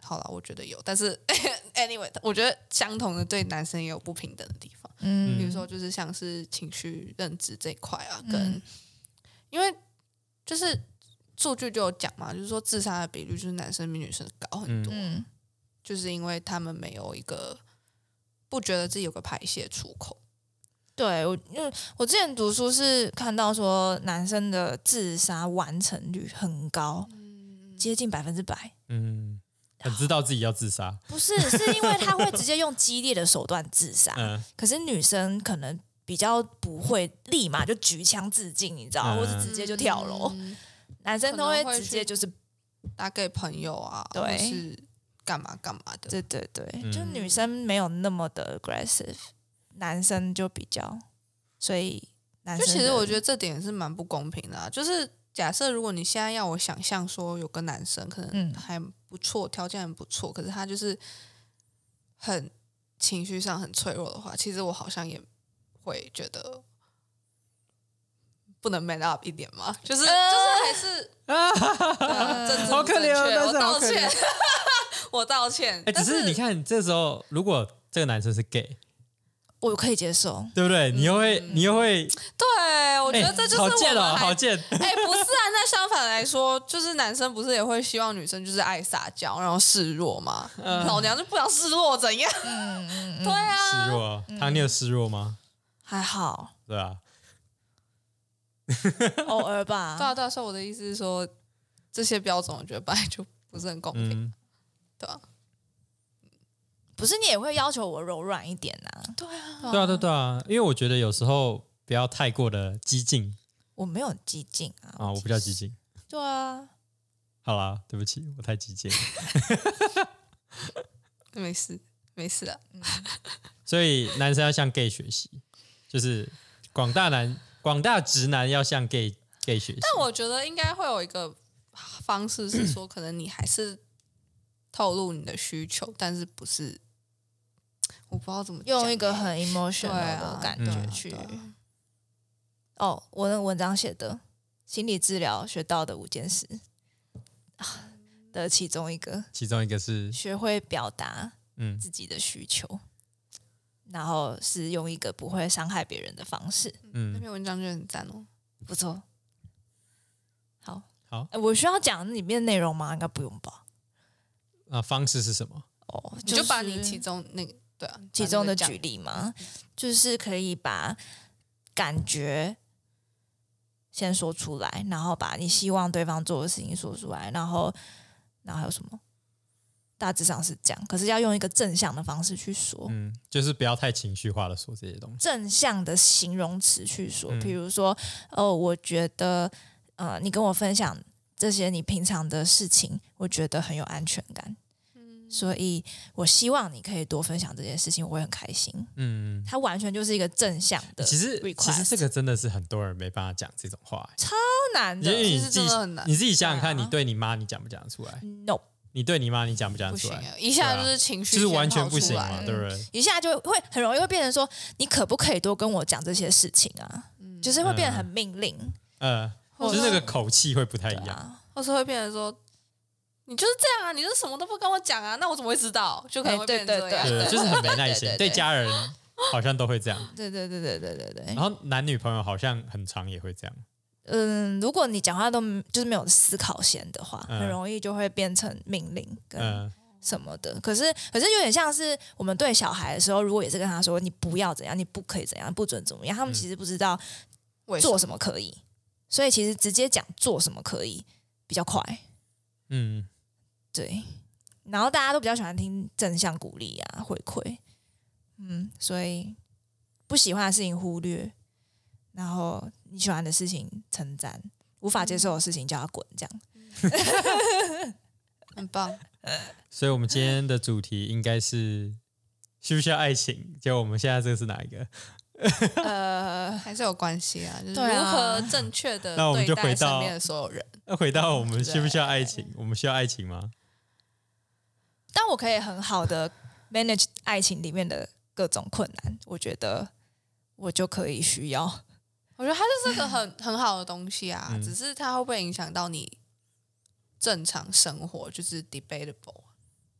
Speaker 2: 好了，我觉得有，但是 anyway，我觉得相同的对男生也有不平等的地方，
Speaker 3: 嗯，
Speaker 2: 比如说就是像是情绪认知这一块啊，跟、
Speaker 3: 嗯
Speaker 2: 因为就是数据就有讲嘛，就是说自杀的比率就是男生比女生高很多，
Speaker 3: 嗯
Speaker 2: 就是因为他们没有一个不觉得自己有个排泄出口，
Speaker 3: 对我，因为我之前读书是看到说男生的自杀完成率很高，接近百分之百。
Speaker 1: 嗯，很知道自己要自杀，
Speaker 3: 不是，是因为他会直接用激烈的手段自
Speaker 2: 啊
Speaker 3: 杀，
Speaker 1: 嗯
Speaker 3: 可是女生可能比较不会立马就举枪自尽，你知道，
Speaker 1: 嗯
Speaker 3: 或是直接就跳楼。
Speaker 2: 嗯
Speaker 3: 男生都
Speaker 2: 可能
Speaker 3: 会
Speaker 2: 会
Speaker 3: 直接
Speaker 2: 去
Speaker 3: 就是，
Speaker 2: 打给朋友啊，
Speaker 3: 对
Speaker 2: 或是干嘛干嘛的。
Speaker 3: 对对对，
Speaker 1: 嗯
Speaker 3: 就女生没有那么的 aggressive，男生就比较，所以男
Speaker 2: 就
Speaker 3: 生
Speaker 2: 其实我觉
Speaker 3: 得，
Speaker 2: 得这点也是蛮不公平的、啊，就是假设如果你现在要我想象说有个男生可能
Speaker 3: 嗯
Speaker 2: 还不错，条件很不错，可是他就是很情绪上很脆弱的话，其实我好像也会觉得不能 man up 一点嘛，就是、就是 还是、呃、政治不
Speaker 1: 啊好可怜哦但是好
Speaker 2: 正确我道
Speaker 1: 可怜
Speaker 2: 歉， 我道歉。
Speaker 1: 哎，只
Speaker 2: 但
Speaker 1: 是你看这时候，如果这个男生是 gay，
Speaker 3: 我可以接受。
Speaker 1: 对不对？你又会，你又会，
Speaker 2: 对，嗯我觉
Speaker 1: 哎
Speaker 2: 得这就是
Speaker 1: 好
Speaker 2: 我
Speaker 1: 贱哦，
Speaker 2: 们还
Speaker 1: 好贱，
Speaker 2: 哎、不是啊，那相反来说，就是男生不是也会希望女生就是爱撒娇，然后示弱吗？
Speaker 1: 嗯
Speaker 2: 老娘就不想示弱，怎样？
Speaker 3: 嗯
Speaker 2: 对啊，
Speaker 1: 示弱。哦唐，你有示弱吗？
Speaker 3: 还好，
Speaker 1: 对啊吧？
Speaker 3: 偶尔吧。
Speaker 2: 对啊，对啊，所以我的意思是说，这些标准我觉得本来就不是很公平，
Speaker 1: 嗯，
Speaker 2: 对啊，
Speaker 3: 不是你也会要求我柔软一点呐、
Speaker 2: 对啊，
Speaker 1: 对啊，对啊对啊，因为我觉得有时候不要太过的激进
Speaker 3: 我没有很激进啊。
Speaker 2: 哦
Speaker 1: 啊，我
Speaker 3: 其
Speaker 1: 不叫激。
Speaker 3: 实
Speaker 1: 进。
Speaker 3: 对啊，
Speaker 1: 好啦，对不起，我太激进了。
Speaker 2: 没事，没事啊，
Speaker 1: 所以男生要向 gay 学习，就是广大男、广大直男要向 gay gay 学习。
Speaker 2: 但我觉得应该会有一个方式是说， 可能你还是透露你的需求，但是不是，我不知道怎么
Speaker 3: 用一个
Speaker 2: 讲欸
Speaker 3: 很 emotional
Speaker 2: 对啊
Speaker 3: 的感
Speaker 1: 对啊
Speaker 3: 觉
Speaker 1: 嗯
Speaker 3: 去。
Speaker 2: 对啊
Speaker 3: 哦，我的文章写的心理治疗学到的五件事啊的其中一个，
Speaker 1: 其中一个是，
Speaker 3: 学会表达
Speaker 1: 嗯
Speaker 3: 自己的需求，然后是用一个不会伤害别人的方式，
Speaker 2: 那
Speaker 1: 嗯，
Speaker 2: 篇文章就很赞哦。
Speaker 3: 不错。好，
Speaker 1: 好
Speaker 3: 哎我需要讲里面内容吗？应该不用吧。
Speaker 1: 那啊方式是什么？
Speaker 3: 哦，
Speaker 2: 你就把你
Speaker 3: 是
Speaker 2: 其中那个对啊，
Speaker 3: 其中的
Speaker 2: 把那个嗯
Speaker 3: 举例嘛，就是可以把感觉先说出来，然后把你希望对方做的事情说出来，然后，然后还有什么？大致上是这样，可是要用一个正向的方式去说，
Speaker 1: 嗯，就是不要太情绪化的说这些东西。
Speaker 3: 正向的形容词去说，
Speaker 1: 嗯
Speaker 3: 比如说，哦，我觉得，呃，你跟我分享这些你平常的事情，我觉得很有安全感，
Speaker 2: 啊
Speaker 3: 所以我希望你可以多分享这件事情，我会很开心。
Speaker 1: 嗯，
Speaker 3: 它完全就是一个正向
Speaker 2: 呃
Speaker 3: 的 request，
Speaker 1: 其实其实这
Speaker 3: 个
Speaker 1: 个真的是很多人没办法讲这种话、欸，
Speaker 3: 难
Speaker 1: 因为
Speaker 3: 的
Speaker 1: 你
Speaker 2: 其实
Speaker 1: 自己
Speaker 2: 真的很难
Speaker 1: 你自己想想看，
Speaker 3: 对啊
Speaker 1: 你对你妈你讲不讲得出来？
Speaker 3: ，no，
Speaker 1: 你对你妈你讲不讲
Speaker 2: 不
Speaker 1: 得出
Speaker 2: 行
Speaker 1: 来？
Speaker 2: 啊，一下就是情绪
Speaker 1: 就是
Speaker 2: 先
Speaker 1: 完全
Speaker 2: 跑
Speaker 1: 不
Speaker 2: 出
Speaker 1: 行
Speaker 2: 来
Speaker 1: 嘛，对不对？
Speaker 3: 一下就会很容易会变成说，你可不可以多跟我讲这些事情啊？就是会变得很命令，
Speaker 1: 呃，
Speaker 2: 或
Speaker 1: 就
Speaker 2: 者
Speaker 1: 是那个口气嗯会不太一
Speaker 3: 对
Speaker 1: 样。
Speaker 3: 啊，
Speaker 2: 或是会变成说，你就是这样啊，你就是什么都不跟我讲啊，那我怎么会知道？就可能
Speaker 3: 哎
Speaker 2: 会
Speaker 3: 对
Speaker 2: 变成
Speaker 3: 对
Speaker 2: 这样。
Speaker 1: 对，就是很没耐心，
Speaker 3: 对对
Speaker 1: 对
Speaker 3: 对
Speaker 1: 家人好像都会这样，
Speaker 3: 对对对对对对对
Speaker 1: 然，后男女朋友好像很常也会这样。
Speaker 3: 嗯，如果你讲话都就是没有思考先的话，
Speaker 1: 嗯
Speaker 3: 很容易就会变成命令跟
Speaker 1: 嗯
Speaker 3: 什么的。可是可是有点像是我们对小孩的时候，如果也是跟他说你不要怎样，你不可以怎样，不准怎么样，他们
Speaker 1: 嗯
Speaker 3: 其实不知道
Speaker 2: 为
Speaker 3: 做
Speaker 2: 什
Speaker 3: 什么可以，所以其实直接讲做什么可以比较快。
Speaker 1: 嗯，
Speaker 3: 对，然后大家都比较喜欢听正向鼓励啊、回馈，嗯，所以不喜欢的事情忽略，然后你喜欢的事情称赞，无法接受的事情叫他滚，这样。
Speaker 2: 很棒。
Speaker 1: 所以我们今天的主题应该是需不需要爱情？结果我们现在这个是哪一个？
Speaker 3: 呃，
Speaker 2: 还是有关系啊，就是
Speaker 3: 对
Speaker 2: 如
Speaker 3: 啊
Speaker 2: 何正确的
Speaker 1: 那我们
Speaker 2: 对
Speaker 1: 就
Speaker 2: 待
Speaker 1: 回
Speaker 2: 身
Speaker 1: 到
Speaker 2: 边的所有人。
Speaker 1: 那回到我们
Speaker 2: 对
Speaker 1: 需不需要爱 情？我们需要爱情吗？
Speaker 3: 但我可以很好的 manage 爱情里面的各种困难，我觉得我就可以需要。
Speaker 2: 我觉得它就是个很 很好的东西啊，
Speaker 1: 嗯
Speaker 2: 只是它会不会影响到你正常生活，就是 debatable，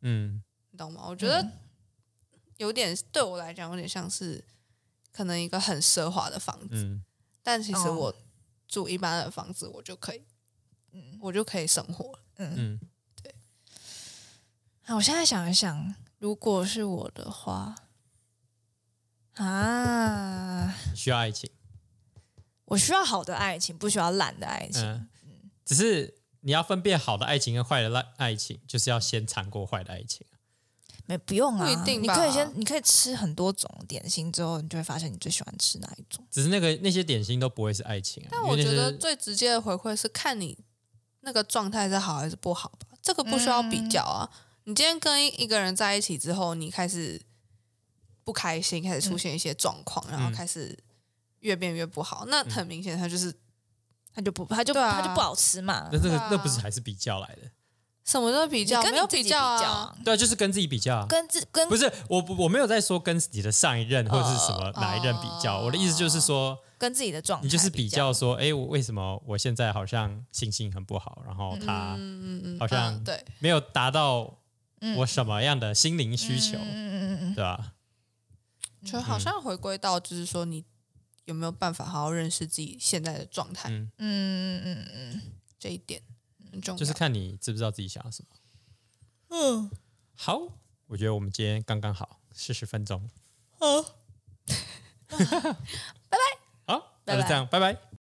Speaker 1: 嗯
Speaker 2: 你懂吗？我觉得有点对我来讲有点像是可能一个很奢华的房子，
Speaker 1: 嗯
Speaker 2: 但其实
Speaker 3: 哦
Speaker 2: 我住一般的房子，我就可以，
Speaker 3: 嗯
Speaker 2: 我就可以生活了。
Speaker 3: 嗯，
Speaker 1: 嗯，
Speaker 3: 好，我现在想一想，如果是我的话，啊，
Speaker 1: 需要爱 情。
Speaker 3: 我需要好的爱情，不需要烂的爱情。
Speaker 1: 嗯，只是你要分辨好的爱情跟坏的爱爱情，就是要先尝过坏的爱情。啊
Speaker 3: 没不用啊，
Speaker 2: 不一定
Speaker 3: 你
Speaker 2: 吧
Speaker 3: 可以先，你可以吃很多种点心之后，你就会发现你最喜欢吃哪一种。
Speaker 1: 只是那个那些点心都不会是爱情啊。
Speaker 2: 但
Speaker 1: 因为
Speaker 2: 我
Speaker 1: 那
Speaker 2: 觉
Speaker 1: 些
Speaker 2: 得最直接的回馈是看你那个状态是好还是不好吧，这个不需要
Speaker 3: 嗯
Speaker 2: 比较啊。你今天跟一个人在一起之后，你开始不开心，开始
Speaker 3: 嗯
Speaker 2: 出现一些状况，然后
Speaker 1: 嗯
Speaker 2: 开始越变越不好，那很明显他就是
Speaker 3: 它就不，它就、
Speaker 2: 对啊
Speaker 3: 它就不好吃嘛
Speaker 1: 那。这个
Speaker 2: 对啊
Speaker 1: 那不是还是比较来的？
Speaker 2: 什么都比较，
Speaker 3: 你跟
Speaker 2: 没
Speaker 3: 你
Speaker 2: 有
Speaker 3: 自己
Speaker 2: 较
Speaker 3: 比较
Speaker 2: 啊
Speaker 3: 啊。
Speaker 1: 对啊，就是跟自己比较啊。
Speaker 3: 跟自跟
Speaker 1: 不是我不我没有在说跟你的上一任或者是什么
Speaker 3: 哦
Speaker 1: 哪一任比较，我的意思就是说，
Speaker 3: 跟自己的状态，
Speaker 1: 你就是比较说，哎，我为什么我现在好像心情很不好，然后他
Speaker 2: 嗯嗯嗯，
Speaker 1: 啊好像
Speaker 2: 嗯对，
Speaker 1: 没有达到
Speaker 3: 嗯
Speaker 1: 我什么样的心灵需求，
Speaker 3: 嗯嗯嗯嗯嗯，
Speaker 1: 对吧？嗯
Speaker 2: 就好像回归到就是说你有没有办法好好认识自己现在的状态、
Speaker 1: 嗯，
Speaker 3: 嗯嗯嗯嗯
Speaker 2: 这一点很重要。
Speaker 1: 就是看你知不知道自己想要什么。
Speaker 3: 嗯，
Speaker 1: 好，我觉得我们今天刚刚好，四十分钟。
Speaker 3: 好。
Speaker 1: 好，那
Speaker 3: 拜
Speaker 1: 就
Speaker 3: 拜
Speaker 1: 这样，拜拜。